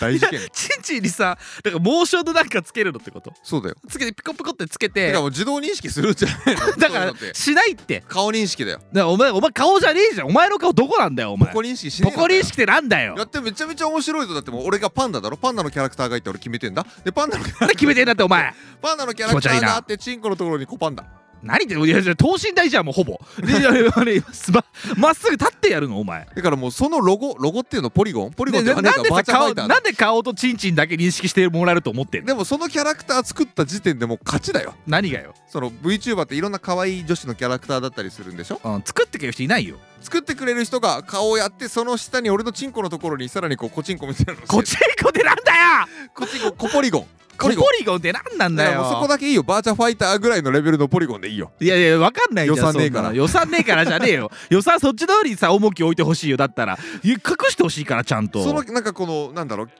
大事件チンチンにさだからモーションのなんかつけるのってことそうだよつけてピコピコってつけだてからもう自動認識するんじゃないのそうい [LAUGHS] だうかのらってしないってだか顔認識だよらお前お前顔じゃねえじゃんお前の顔どこなんだよお前ここ認識しねこえこのかよ認識ってなんだよやってめちゃめちゃ面白いぞだってもう俺がパンダだろパンダのキャラクターがいて俺決めてんだでパンダのキャラ [LAUGHS] なんで決めてんだってお前パンダのキャラクタ気持ち悪いーながあってチンコのところに子パンダ何言っていやいや等身大じゃんもうほぼでいやいやあれすままっすぐ立ってやるのお前だからもうそのロゴロゴっていうのポリゴンポリゴンでっていうなかなんでバさーチャファ顔イターなだんで顔とチンチンだけ認識してもらえると思ってんのでもそのキャラクター作った時点でもう勝ちだよ何がよ、その VTuber っていろんな可愛い女子のキャラクターだったりするんでしょうん、作ってくれる人いないよ作ってくれる人が顔をやってその下に俺のチンコのところにさらにこうコチンコみたいなのをしてコチンコってなんだよコチンココポリゴンコポリリゴゴンンって何なんだだからよもうそこだけいいよバーチャファイターぐらいのレベルのポリゴンでいいよいやいやわかんないじゃん予算ねえからそんなの予算ねえからじゃねえよ予算そっち通りにさ重き置いてほしいよだったらいや隠してほしいからちゃんとそのなんかこのなんだろう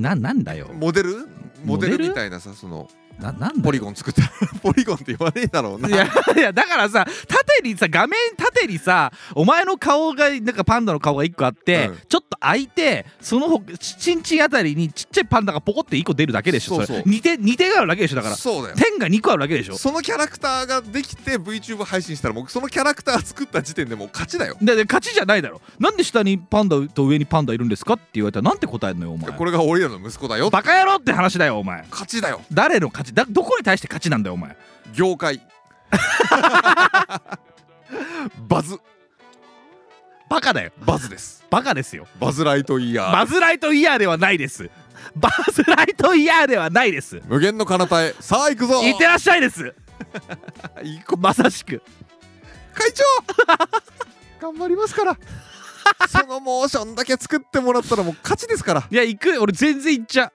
ななんだよモデルモデモデルルみたいなさそのななんだよポリゴン作ったら [LAUGHS] ポリゴンって言わねえだろうないや [LAUGHS] いやだからさ縦にさ画面縦にさお前の顔がなんかパンダの顔が一個あって、うんちょっと開いてそのほちちんちんあたりにちっちゃいパンダがポコって1個出るだけでしょそうそうれ似て似てがあるだけでしょだからそうだよ点が2個あるだけでしょそのキャラクターができて VTuber 配信したらもうそのキャラクター作った時点でもう勝ちだよでで勝ちじゃないだろなんで下にパンダと上にパンダいるんですかって言われたらなんて答えるのよお前これが俺らの息子だよバカ野郎って話だよお前勝ちだよ誰の勝ちだどこに対して勝ちなんだよお前業界バズバカだよバズですバカですよバズライトイヤーバズライトイヤーではないですバズライトイヤーではないです無限の彼方へさあ行くぞいってらっしゃ [LAUGHS] いです行こまさしく会長頑張りますから [LAUGHS] そのモーションだけ作ってもらったらもう勝ちですからいや行く俺全然行っちゃ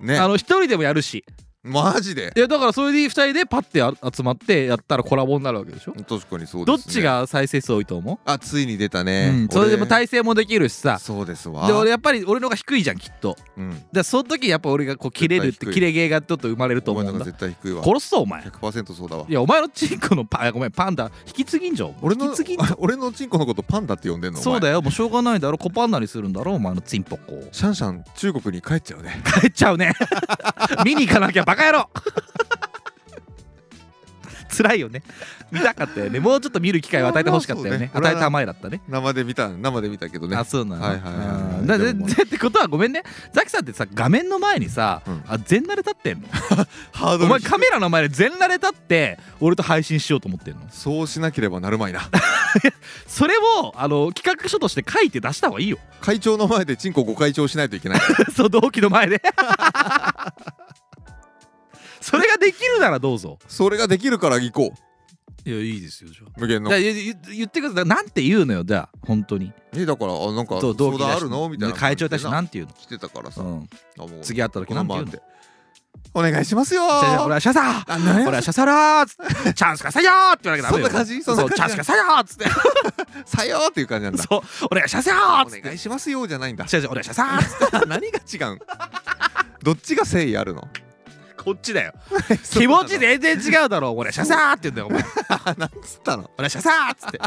うねあの一人でもやるしマジでいやだからそれで2人でパッてあ集まってやったらコラボになるわけでしょ確かにそうです、ね、どっちが再生数多いと思あついに出たう、ね、うん、それでも俺体勢もできるしさそうですわで俺やっぱり俺のが低いじゃんきっとうん、でその時やっぱ俺がこう切れるって絶対低い切れ芸がちょっと生まれるとお思前うのんがだ絶対低いわ殺すぞお前100%そうだわいやお前のチンコのパあごめんパンダ引き継ぎんじゃん俺引のき継ぎん [LAUGHS] 俺のチンコのことパンダって呼んでんのそうだよよもうしょうがないだろコパンダにするんだろお前のチンポコシャンシャン中国に帰っちゃう [LAUGHS] ね帰っちゃうね見に行かなきゃバカ野郎 [LAUGHS] 辛いよね見たかったよねもうちょっと見る機会を与えてほしかったまよねあまあそうね与えたまえだったね生で見た生で見たけどねあそうなのはいはいはいはいうんだででもでってことはごめんねザキさんってさ画面の前にさ、うんあ全裸で立ってんのハーおドル前カメラの前で全裸で立って俺と配信しようと思ってんのそうしなければなるまいなそれをあの企画書として書いて出した方がいいよ会長の前でチンコご会長しないといけない [LAUGHS] そう同期の [LAUGHS] 前でそれができるならどうぞそれができるから行こいやいいですよじゃう無限のあ言言ってくださいなんて言うのよじゃあ本当にえだからあなんかそう相だ談あしるのみたいな会長たちなんて言う来てたからさ、の、うん、あもう次会った時なんて言うのこの前ってお願いしますよーじゃあじゃあ俺はシャサーあ何や俺はシャサラーっつってチャンスくださいよーって言わなきゃダメよそんな感じそんな感そうじチャンスくださいよーっつってさよーっていう感じなんだそうお願いしますよーっおつって願いしますよーじゃないんだ違う違うお願いしますよーっつ何っが違うんどっちが誠意あるのてこっ [LAUGHS] ちだよ気持ちで全然違うだろお願いしますよーって言うんだよお前なんつったのお願いしますよーっ [LAUGHS] つって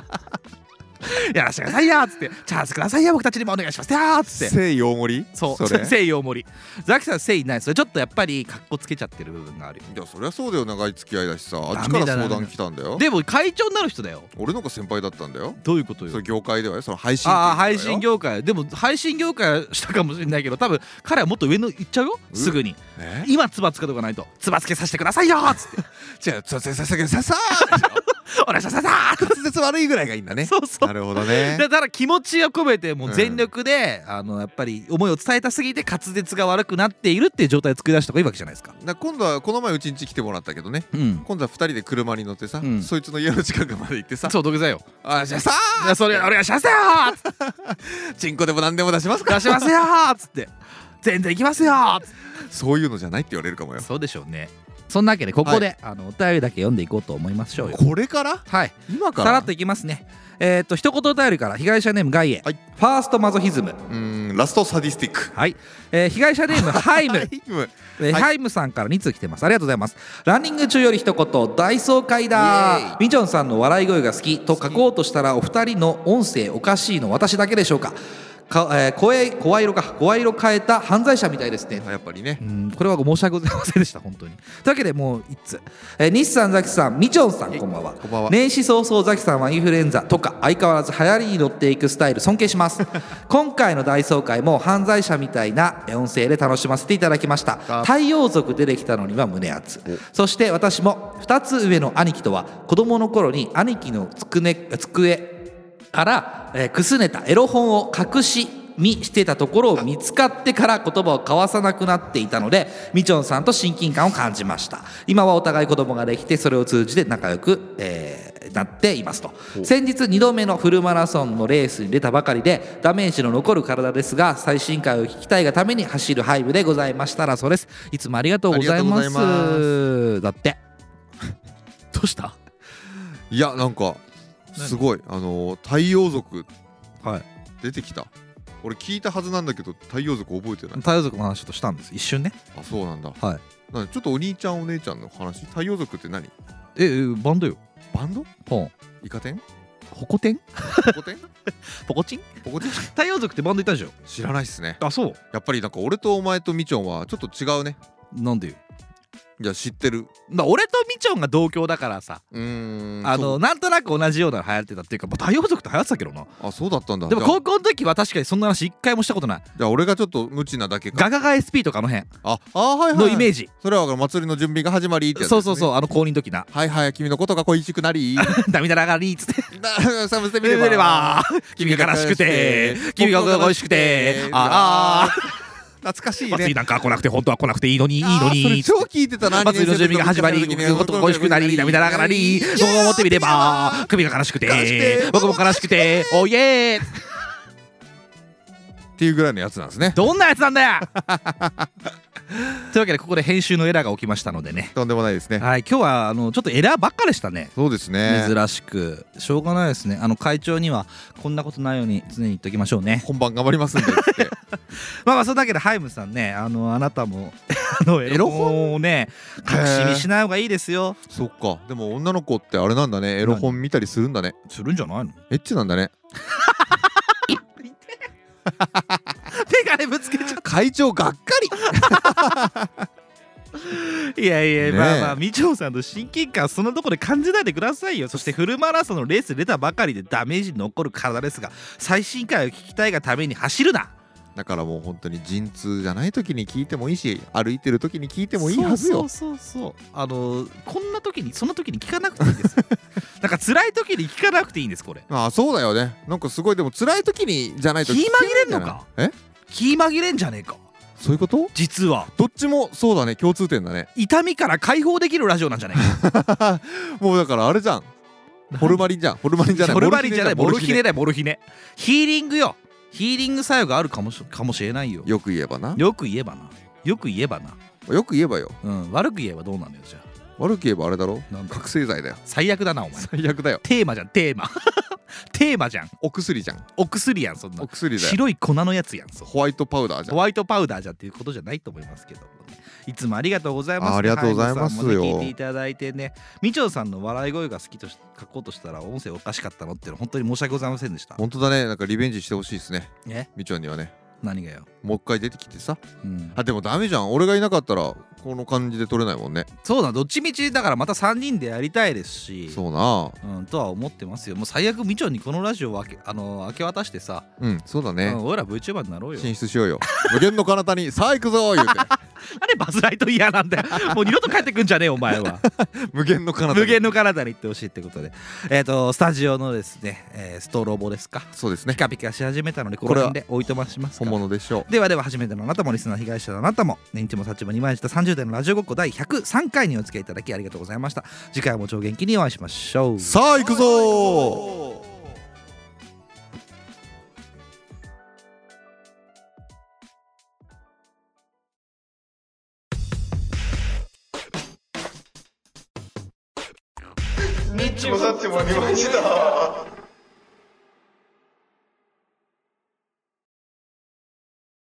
やらしてくださいよーっつってチャンスくださいよ僕たちにもお願いしますよーっつって誠意大盛りそう [LAUGHS] それ誠意大盛りザキさん誠意ないそれちょっとやっぱりかっこつけちゃってる部分があるよいやそりゃそうだよ長い付き合いだしさあっちダかメらだな相談来たんだよでも会長になる人だよ俺のが先輩だったんだよどういうことそれ業界ではよその配信ああ配信業業界でも配信業界はしたかもしれないけど多分彼はもっと上の行っちゃうようんすぐにえ今つばつけとかないとつばつけさせてくださいよーっつって [LAUGHS] じゃあささささささお願いしますよーっ滑舌悪いぐらいがいいんだてねそうそうなるほどだねから気持ちを込めてもう全力で、あのやっぱり思いを伝えたすぎて滑舌が悪くなっているっていう状態を作り出した方がいいわけじゃないですかな今度はこの前うちんち来てもらったけどねうん今度は2人で車に乗ってさ、うんそいつの家の近くまで行ってさそう土下座よ「あじゃあさいやそれお願いしますよーっつってチンコでも何でも出しますか出しますよーっつって全然行きますよーっつって [LAUGHS] そういうのじゃないって言われるかもよそうでしょうねそんなわけでここで、あのお便りだけ読んでいこうと思いましょうよこれからはい今からさらっといきますねえっ、と一言お便りから被害者ネームガイエ、はいファーストマゾヒズムうーんラストサディスティックはい、えー被害者ネームハ [LAUGHS] イム、イムえーはいハイムさんから2通来てますありがとうございますランニング中より一言大爽快だみちょんさんの笑い声が好きと書こうとしたらお二人の音声おかしいの私だけでしょうかか、えー声声色か声色変えた犯罪者みたいですねやっぱりねうんこれは申し訳ございませんでした本当にというわけでもう一通、えー、西さんザキさんみちょんさんこんばんはこんばんは年始早々ザキさんはインフルエンザとか相変わらず流行りに乗っていくスタイル尊敬します今回の大総会も犯罪者みたいな音声で楽しませていただきました太陽族出てきたのには胸熱そして私も2つ上の兄貴とは子供の頃に兄貴のつくね机から、えーくすねたエロ本を隠し見してたところを見つかってから言葉を交わさなくなっていたのでみちょんさんと親近感を感じました今はお互い子供ができてそれを通じて仲良く、えーなっていますと先日2度目のフルマラソンのレースに出たばかりでダメージの残る体ですが最新回を聞きたいがために走るハイブでございましたらそうですいつもありがとうございまありすがとうごだって [LAUGHS] どうしたいやなんかすごいあのー太陽族はい出てきた俺聞いたはずなんだけど太陽族覚えてない太陽族の話としたんです一瞬ねあそうなんだはいなんでちょっとお兄ちゃんお姉ちゃんの話太陽族って何ええバンドよバンドポンイカ天ホコ天ポコテンポコチンポコテン太陽族ってバンドいたでしょ知らないっすねあそうやっぱりなんか俺とお前とみちょんはちょっと違うねなんでよじゃあ知ってるだ俺とみちょんが同郷だからさうーんあそのうなんとなく同じようなの流行ってたっていうかまあ太陽族って流行ってたけどなあそうだったんだでもじゃあ高校の時は確かにそんな話一回もしたことないじゃあ俺がちょっと無知なだけかガガガ SP とかの辺ああーはいはいのイメージジそれは祭りの準備が始まりってやつですそねうそうそうあの高2の時な [LAUGHS] はいはい君のことが恋しくなり涙ながりっつってなサムして「見れば [LAUGHS] 君が悲しくて君が恋しくてああ懐かしい祭りねなんか来なくて本当は来なくていいのにいいのあーそにれ」超聞いてたな祭りの準備が始まり、僕のことが恋しくなり、涙ながらに、僕を思ってみれば、首が悲しく悲しくてて、僕も悲しくて、おいえーっていうぐらいのやつなんですねどんなやつなんだよ [LAUGHS] というわけで、ここで編集のエラーが起きましたのでね。とんでもないですねはい、今日はあのちょっとエラーばっかでしたね。そうですね珍しくしょうがないですねあの会長にはこんなことないように常に言っておきましょうね本番頑張りますんでつって [LAUGHS] まあまあそれだけでハイムさんねあのあなたも [LAUGHS] あのエロ本をね隠し見しない方がいいですよそっかでも女の子ってあれなんだねエロ本見たりするんだねするんじゃないのエッチなんだね [LAUGHS] 手がねぶつけちゃっ会長がっかりたいやいや、ねえまあまあみちょさんの親近感そんなところで感じないでくださいよそしてフルマラソンのレース出たばかりでダメージ残る体ですが最新回を聞きたいがために走るなだからもう本当に陣痛じゃない時に聞いてもいいし歩いてる時に聞いてもいいはずよそうそうそうそうあのこんな時にそんな時に聞かなくていいん [LAUGHS] ですよなんか辛い時に聞かなくていいんですこれああそうだよねなんかすごいでも辛い時にじゃないと気紛れん聞のけないかじゃないえ気紛れんじゃねえかそういうこと実はどっちもそうだね共通点だね痛みから解放できるラジオなんじゃないかもうだからあれじゃんホルマリンじゃんホルマリン [LAUGHS] じゃないホルマリンじゃないモルモヒネだよモルヒネヒーリングよヒーリング作用があるかもしかもしれないよよく言えばなよく言えばなよく言えばな、よく言えばようん、悪く言えばどうなのよじゃあ悪く言えばあれだろなんだ覚醒 [LAUGHS] 剤だよ最悪だなお前最悪だよテーマじゃんテーマ [LAUGHS] テーマじゃんお薬じゃんお薬やんそんなお薬だよ白い粉のやつやんそうホワイトパウダーじゃんホワイトパウダーじゃっていうことじゃないと思いますけどもねいつもありがとうございますあありがとうございますよハイムさんもね聞いていただいてねみちょさんの笑い声が好きとし書こうとしたら音声おかしかったのっていうの本当に申し訳ございませんでした本当だねなんかリベンジしてほしいですねねみちょんにはね何がよ、もう一回出てきてさうんあでもダメじゃん俺がいなかったらこの感じで撮れないもんねそうだどっちみちだからまた3人でやりたいですしそうなうん、とは思ってますよもう最悪みちょにこのラジオを明けあの明け渡してさ、うんそうだうねん俺ら VTuber になろうよ進出しようよ無限の彼方 [LAUGHS] にさあ行くぞ言うてあれバズライトイヤーなん [LAUGHS] だよもう二度と帰ってくんじゃねえよお前は無限の彼方に無限の体に行ってほしいってことで、えー、とスタジオのですね、えーストロボですかそうですピねカピカし始めたのでここれのは辺でおいとましますか本物でしょうではでは初めてのあなたもリスナー被害者のあなたも年中も立場にまいじた30代のラジオごっこ第103回にお付き合いいただきありがとうございました次回も超元気にお会いしましょうさあ行くぞニッチもサッチもありました。